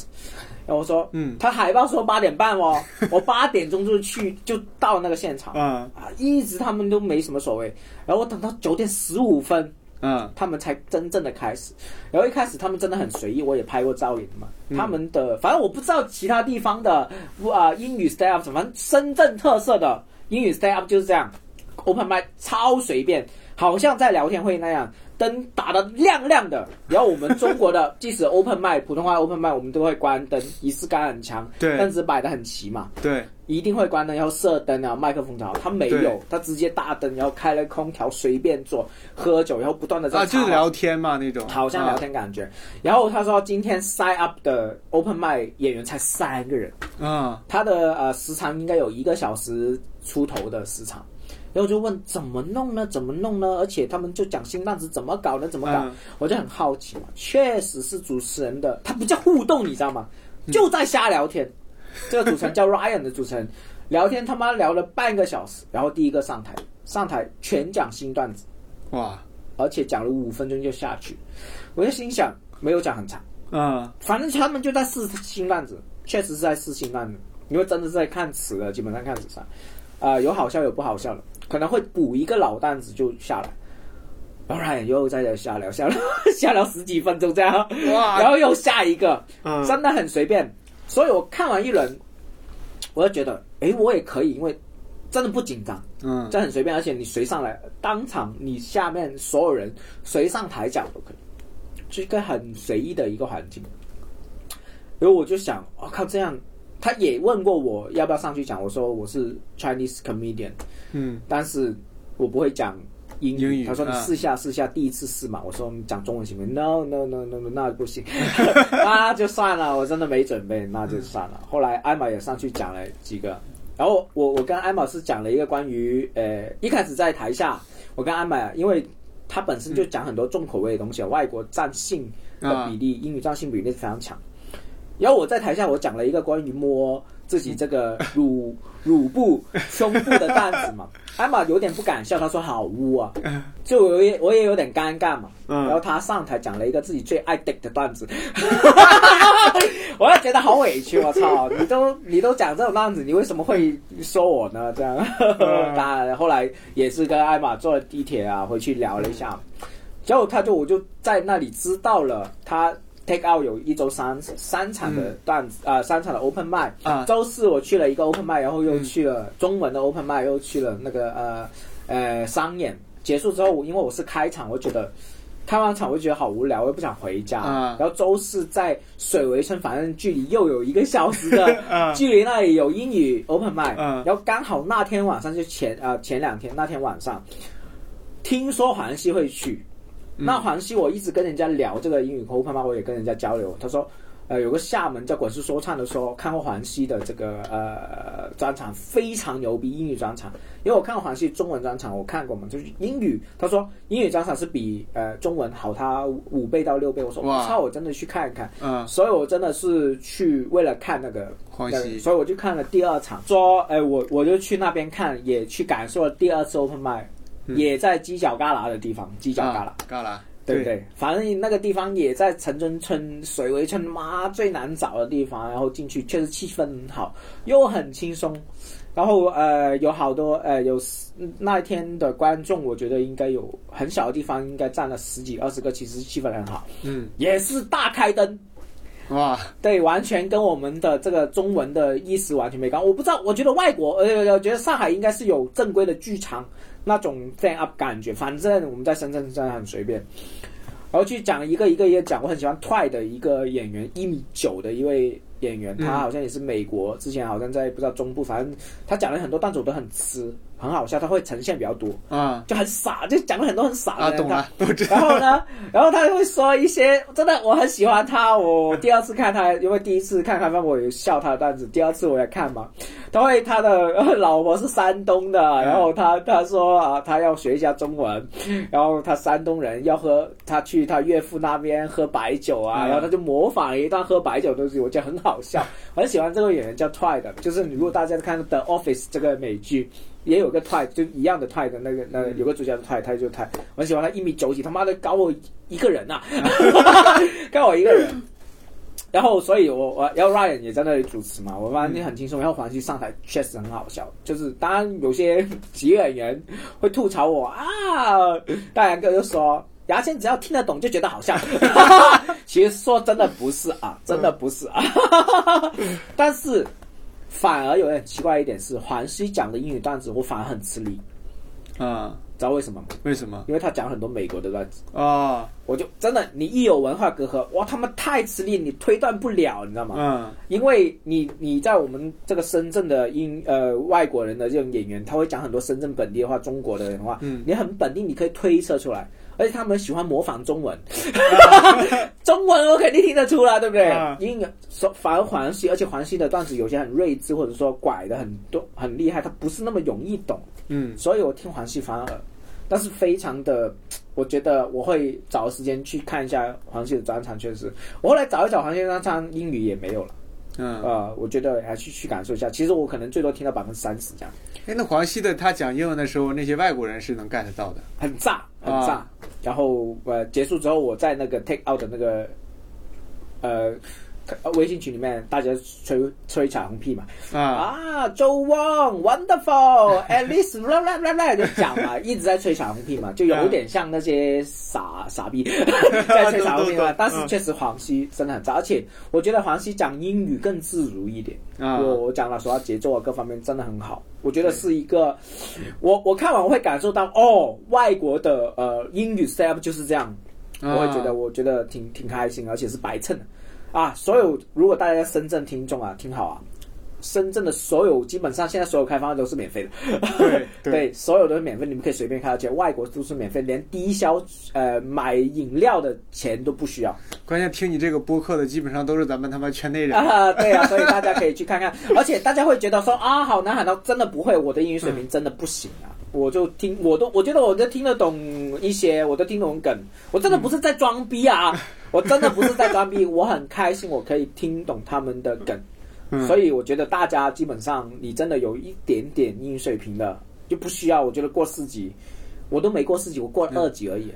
[SPEAKER 1] 然后我说，
[SPEAKER 2] 嗯
[SPEAKER 1] 他海报说八点半哦，我八点钟就去就到那个现场
[SPEAKER 2] 啊
[SPEAKER 1] 啊，一直他们都没什么所谓，然后我等到九点十五分，
[SPEAKER 2] 啊
[SPEAKER 1] 他们才真正的开始，然后一开始他们真的很随意，我也拍过照影嘛，他们的反正我不知道其他地方的啊、英语 stand up，反正深圳特色的英语 stand up 就是这样，open mic 超随便，好像在聊天会那样，灯打得亮亮的。然后我们中国的即使 open mic 普通话 open mic 我们都会关灯，仪式感很强，
[SPEAKER 2] 对
[SPEAKER 1] 凳子摆得很齐嘛。
[SPEAKER 2] 对，啊
[SPEAKER 1] 一定会关灯，然后射灯啊，麦克风调，他没有
[SPEAKER 2] 对，
[SPEAKER 1] 他直接大灯，然后开了空调，随便坐，喝酒，然后不断的在
[SPEAKER 2] 啊
[SPEAKER 1] 插
[SPEAKER 2] 就
[SPEAKER 1] 话
[SPEAKER 2] 是聊啊天嘛那种，
[SPEAKER 1] 好像聊天感觉。然后他说今天 sign up 的 open mic 演员才三个人，
[SPEAKER 2] 啊
[SPEAKER 1] 他的呃时长应该有一个小时出头的时长。然后就问怎么弄呢？怎么弄呢？而且他们就讲新段子怎么搞呢？怎么搞？
[SPEAKER 2] 嗯
[SPEAKER 1] 我就很好奇嘛。确实是主持人的，他不叫互动，你知道吗？就在瞎聊天。这个主持人叫 Ryan 的主持人，聊天他妈聊了半个小时，然后第一个上台，上台全讲新段子。
[SPEAKER 2] 哇
[SPEAKER 1] 而且讲了五分钟就下去，我就心想没有讲很长，
[SPEAKER 2] 啊
[SPEAKER 1] 反正他们就在试新段子，确实是在试新段子，因为真的是在看词的，基本上看词上，啊、有好笑有不好笑的，可能会补一个老段子就下来，然后 Ryan 又在这瞎聊瞎聊 瞎聊十几分钟这样，然
[SPEAKER 2] 哇
[SPEAKER 1] 后又下一个，
[SPEAKER 2] 啊嗯
[SPEAKER 1] 真的很随便。所以我看完一轮，我就觉得，诶，我也可以，因为真的不紧张，
[SPEAKER 2] 嗯，
[SPEAKER 1] 这很随便，而且你谁上来，当场你下面所有人谁上台讲都可以，是一个很随意的一个环境。然后我就想，我、靠，这样他也问过我要不要上去讲，我说我是 Chinese comedian，
[SPEAKER 2] 嗯，
[SPEAKER 1] 但是我不会讲英
[SPEAKER 2] 英语
[SPEAKER 1] 他说你
[SPEAKER 2] 啊
[SPEAKER 1] 试一下试一下，第一次试嘛。我说你讲中文行不行？No No No No No，那不行， 那就算了，我真的没准备，那就算
[SPEAKER 2] 嗯
[SPEAKER 1] 了。后来艾玛也上去讲了几个，然后我我跟艾玛是讲了一个关于呃，一开始在台下，我跟艾玛因为。他本身就讲很多重口味的东西，外国占性的
[SPEAKER 2] 啊
[SPEAKER 1] 比例，英语占性比例非常强。然后我在台下我讲了一个关于摸自己这 个乳乳部、胸部的段子嘛，艾玛有点不敢笑，她说好污啊，就我也我也有点尴尬嘛。
[SPEAKER 2] 嗯
[SPEAKER 1] 然后她上台讲了一个自己最爱 dick 的段子， 我也觉得好委屈，我 操，你都你都讲这种段子，你为什么会说我呢？这样，
[SPEAKER 2] 嗯
[SPEAKER 1] 当然后来也是跟艾玛坐地铁啊回去聊了一下，结果他就我就在那里知道了他。Take out 有一周三三场的段子啊、三场的 open mic，
[SPEAKER 2] 嗯啊嗯
[SPEAKER 1] 周四我去了一个 open mic，然后又去了中文的 open mic，又去了那个呃呃商演。结束之后，我因为我是开场，我觉得开完场我就觉得好无聊，我又不想回家。
[SPEAKER 2] 啊
[SPEAKER 1] 然后周四在水围村，反正距离又有一个小时的
[SPEAKER 2] 啊
[SPEAKER 1] 距离，那里有英语 open mic，、
[SPEAKER 2] 啊
[SPEAKER 1] 然后刚好那天晚上就前啊、前两天那天晚上，听说黄西会去，
[SPEAKER 2] 嗯
[SPEAKER 1] 那黄西，我一直跟人家聊这个英语 open 嘛，我也跟人家交流。他说，呃，有个厦门叫滚石说唱的说，看过黄西的这个呃专场，非常牛逼英语专场。因为我看过黄西中文专场，我看过嘛，就是英语。他说英语专场是比呃中文好他五倍到六倍。我说
[SPEAKER 2] 哇
[SPEAKER 1] 我操，我真的去看一看。
[SPEAKER 2] 啊，
[SPEAKER 1] 所以我真的是去为了看那个
[SPEAKER 2] 黄
[SPEAKER 1] 那个
[SPEAKER 2] 西
[SPEAKER 1] 所以我就看了第二场，说，哎，我我就去那边看，也去感受了第二次 open mic，、也
[SPEAKER 2] 嗯
[SPEAKER 1] 在犄角旮旯的地方，犄角旮旯。
[SPEAKER 2] 啊旮旯，
[SPEAKER 1] 对不对？反正那个地方也在城中村、水围村，妈最难找的地方。然后进去确实气氛很好，又很轻松。然后呃，有好多呃，有嗯那一天的观众，我觉得应该有很小的地方应该占了十几二十个，其实气氛很好，
[SPEAKER 2] 嗯，
[SPEAKER 1] 也是大开灯。
[SPEAKER 2] 哇，
[SPEAKER 1] 对，完全跟我们的这个中文的意思完全没关。我不知道，我觉得外国，呃，我觉得上海应该是有正规的剧场那种 stand up 感觉。反正我们在深圳真的很随便。然后去讲一个一个一个讲，我很喜欢 Try 的一个演员，一米九的一位演员，
[SPEAKER 2] 嗯
[SPEAKER 1] 他好像也是美国，之前好像在不知道中部，反正他讲了很多段子我都很吃，很好笑，他会呈现比较多，
[SPEAKER 2] 啊
[SPEAKER 1] 就很傻，就讲了很多很傻的。
[SPEAKER 2] 啊，懂了，都知
[SPEAKER 1] 然
[SPEAKER 2] 道，
[SPEAKER 1] 后呢， 然后他就会说一些真的我很喜欢他，我第二次看他，因为第一次看他们我有笑他的段子，第二次我也看嘛。他会他的呃老婆是山东的，然后他他说啊，他要学一下中文，然后他山东人要喝，他去他岳父那边喝白酒啊，
[SPEAKER 2] 嗯
[SPEAKER 1] 然后他就模仿一段喝白酒的东西，我觉得很好笑，很喜欢这个演员叫 Try 的，就是你如果大家看《The Office》这个美剧。也有个 Try，就一样的 Try 的那个那个有个主角的 Try，他就 Try，我很喜欢他一米九几，他妈的高我一个人呐、啊高我一个人。然后，所以我我然后 Ryan 也在那里主持嘛，我发现很轻松。然后黄西上台确实很好笑，就是当然有些职业演员会吐槽我啊，大杨哥就说牙签只要听得懂就觉得好笑，其实说真的不是啊，真的不是啊， 但是反而有点奇怪一点是黄西讲的英语段子我反而很吃力，
[SPEAKER 2] 啊，
[SPEAKER 1] 知道为什么吗？
[SPEAKER 2] 为什么？
[SPEAKER 1] 因为他讲很多美国的段子。
[SPEAKER 2] 哦，
[SPEAKER 1] 我就真的，你一有文化隔阂，哇，他们太吃力，你推断不了，你知道吗？
[SPEAKER 2] 嗯，
[SPEAKER 1] 因为你你在我们这个深圳的英呃外国人的这种演员，他会讲很多深圳本地的话、中国的人的话，
[SPEAKER 2] 嗯
[SPEAKER 1] 你很本地，你可以推测出来，而且他们喜欢模仿中 文，中文我肯定听得出来，对不对？
[SPEAKER 2] 啊
[SPEAKER 1] 英语所反而黄西，而且黄西的段子有些很睿智，或者说拐的很多很厉害，他不是那么容易懂，
[SPEAKER 2] 嗯，
[SPEAKER 1] 所以我听黄西反而，但是非常的，我觉得我会找时间去看一下黄西的专场，确实，我后来找一找黄西的专场，英语也没有了，
[SPEAKER 2] 嗯，
[SPEAKER 1] 呃，我觉得还是去感受一下。其实我可能最多听到百分之三十这样，
[SPEAKER 2] 哎，那黄西的他讲英文的时候，那些外国人是能 get 到的，
[SPEAKER 1] 很炸，很炸。然后呃，结束之后，我在那个 take out 的那个呃呃微信群里面大家吹吹彩虹屁嘛，
[SPEAKER 2] 啊，
[SPEAKER 1] 啊，周旺，wonderful，at least，啦啦啦啦，就讲嘛，一直在吹彩虹屁 嘛，
[SPEAKER 2] 啊
[SPEAKER 1] 就有点像那些傻傻逼 在吹彩虹屁嘛。但是确实黄西真的很渣，而且我觉得黄西讲英语更自如一点。
[SPEAKER 2] 啊
[SPEAKER 1] 我我讲了说话节奏啊，各方面真的很好。我觉得是一个，我我看完我会感受到哦，外国的呃英语 step 就是这样，
[SPEAKER 2] 啊
[SPEAKER 1] 我会觉得我觉得挺挺开心，而且是白蹭的啊。所有如果大家在深圳听众啊，听好啊，深圳的所有基本上现在所有开放都是免费的，
[SPEAKER 2] 对对
[SPEAKER 1] 对，所有都是免费，你们可以随便开，而且外国都是免费，连低消呃买饮料的钱都不需要
[SPEAKER 2] 关键听你这个播客的基本上都是咱们他妈圈 内人，
[SPEAKER 1] 啊。对啊，所以大家可以去看看，而且大家会觉得说啊，好难喊到真的不会，我的英语水平真的不行啊。我就听，我都我觉得我都听得懂一些，我都听懂梗，我真的不是在装逼啊，我真的不是在装逼，我很开心，我可以听懂他们的梗。
[SPEAKER 2] 嗯
[SPEAKER 1] 所以我觉得大家基本上，你真的有一点点英语水平的，就不需要。我觉得过四级，我都没过四级，我过二级而已。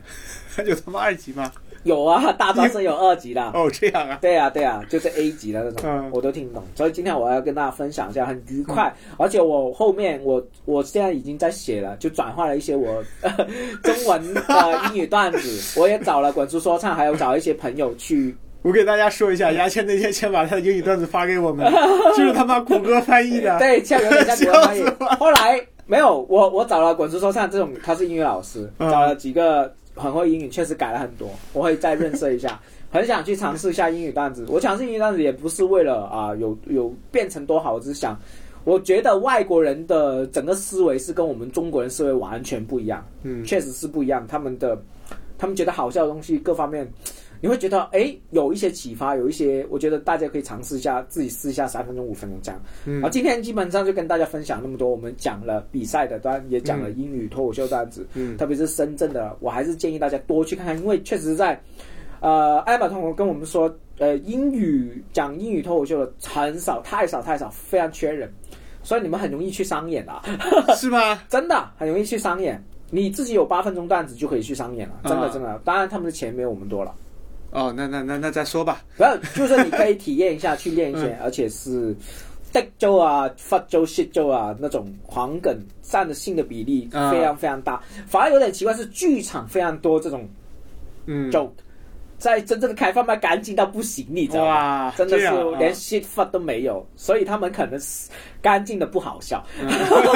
[SPEAKER 2] 有他妈二级吗？
[SPEAKER 1] 有啊，大招生有二级的。
[SPEAKER 2] 哦，这样啊，
[SPEAKER 1] 对呀、啊，对呀、啊，就是 A 级的那种，
[SPEAKER 2] 嗯
[SPEAKER 1] 我都听懂。所以今天我要跟大家分享一下，很愉快。而且我后面我我现在已经在写了，就转化了一些我、 中文的英语段子，我也找了滚珠说唱，还有找一些朋友去
[SPEAKER 2] 我给大家说一下，牙签那天先把他的英语段子发给我 们，就是他妈谷歌翻译的，
[SPEAKER 1] 对，像有点像国文翻译
[SPEAKER 2] 笑死我。
[SPEAKER 1] 后来没有，我我找了滚石说唱这种，他是英语老师，
[SPEAKER 2] 嗯
[SPEAKER 1] 找了几个很会英语，确实改了很多，我会再润色一 下。很想去尝试一下英语段子，我尝试英语段子也不是为了啊、有有变成多好，我只是想，我觉得外国人的整个思维是跟我们中国人思维完全不一样，
[SPEAKER 2] 嗯
[SPEAKER 1] 确实是不一样，他们的他们觉得好笑的东西各方面。你会觉得哎，有一些启发，有一些，我觉得大家可以尝试一下，自己试一下三分钟、五分钟这样。
[SPEAKER 2] 嗯
[SPEAKER 1] 啊，今天基本上就跟大家分享那么多，我们讲了比赛的，当然也讲了英语脱口秀段子，
[SPEAKER 2] 嗯
[SPEAKER 1] 特别是深圳的，我还是建议大家多去看看，因为确实在，呃，艾玛同学跟我们说，呃，英语讲英语脱口秀的很少，太少太少，非常缺人，所以你们很容易去商演啊，
[SPEAKER 2] 是吧？
[SPEAKER 1] 真的很容易去商演。你自己有八分钟段子就可以去商演了，真的
[SPEAKER 2] 啊
[SPEAKER 1] 真的。当然他们的钱没有我们多了。
[SPEAKER 2] 哦，那那那那再说吧，
[SPEAKER 1] 不要，就是你可以体验一下，去练一
[SPEAKER 2] 嗯
[SPEAKER 1] 些，而且是德州啊、法州、西州啊那种黄梗占的性的比例
[SPEAKER 2] 啊
[SPEAKER 1] 非常非常大，反而有点奇怪是剧场非常多这种
[SPEAKER 2] 嗯，
[SPEAKER 1] joke，、在真正的开放麦干净到不行，你知道吗？
[SPEAKER 2] 哇，
[SPEAKER 1] 真的
[SPEAKER 2] 这
[SPEAKER 1] 是
[SPEAKER 2] 样啊
[SPEAKER 1] 连 shit fuck 都没有，所以他们可能是干净的不好笑、f u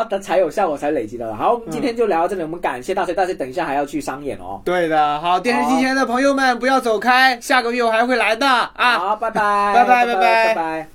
[SPEAKER 1] c k 的才有效果才累积的。好，我们今天就聊到这里，我们感谢大家，大家等一下还要去商演哦。
[SPEAKER 2] 对的，好，电视机前的朋友们不要走开，下个月我还会来的啊。
[SPEAKER 1] 好，拜拜，
[SPEAKER 2] 拜拜
[SPEAKER 1] 拜
[SPEAKER 2] 拜拜
[SPEAKER 1] 拜拜。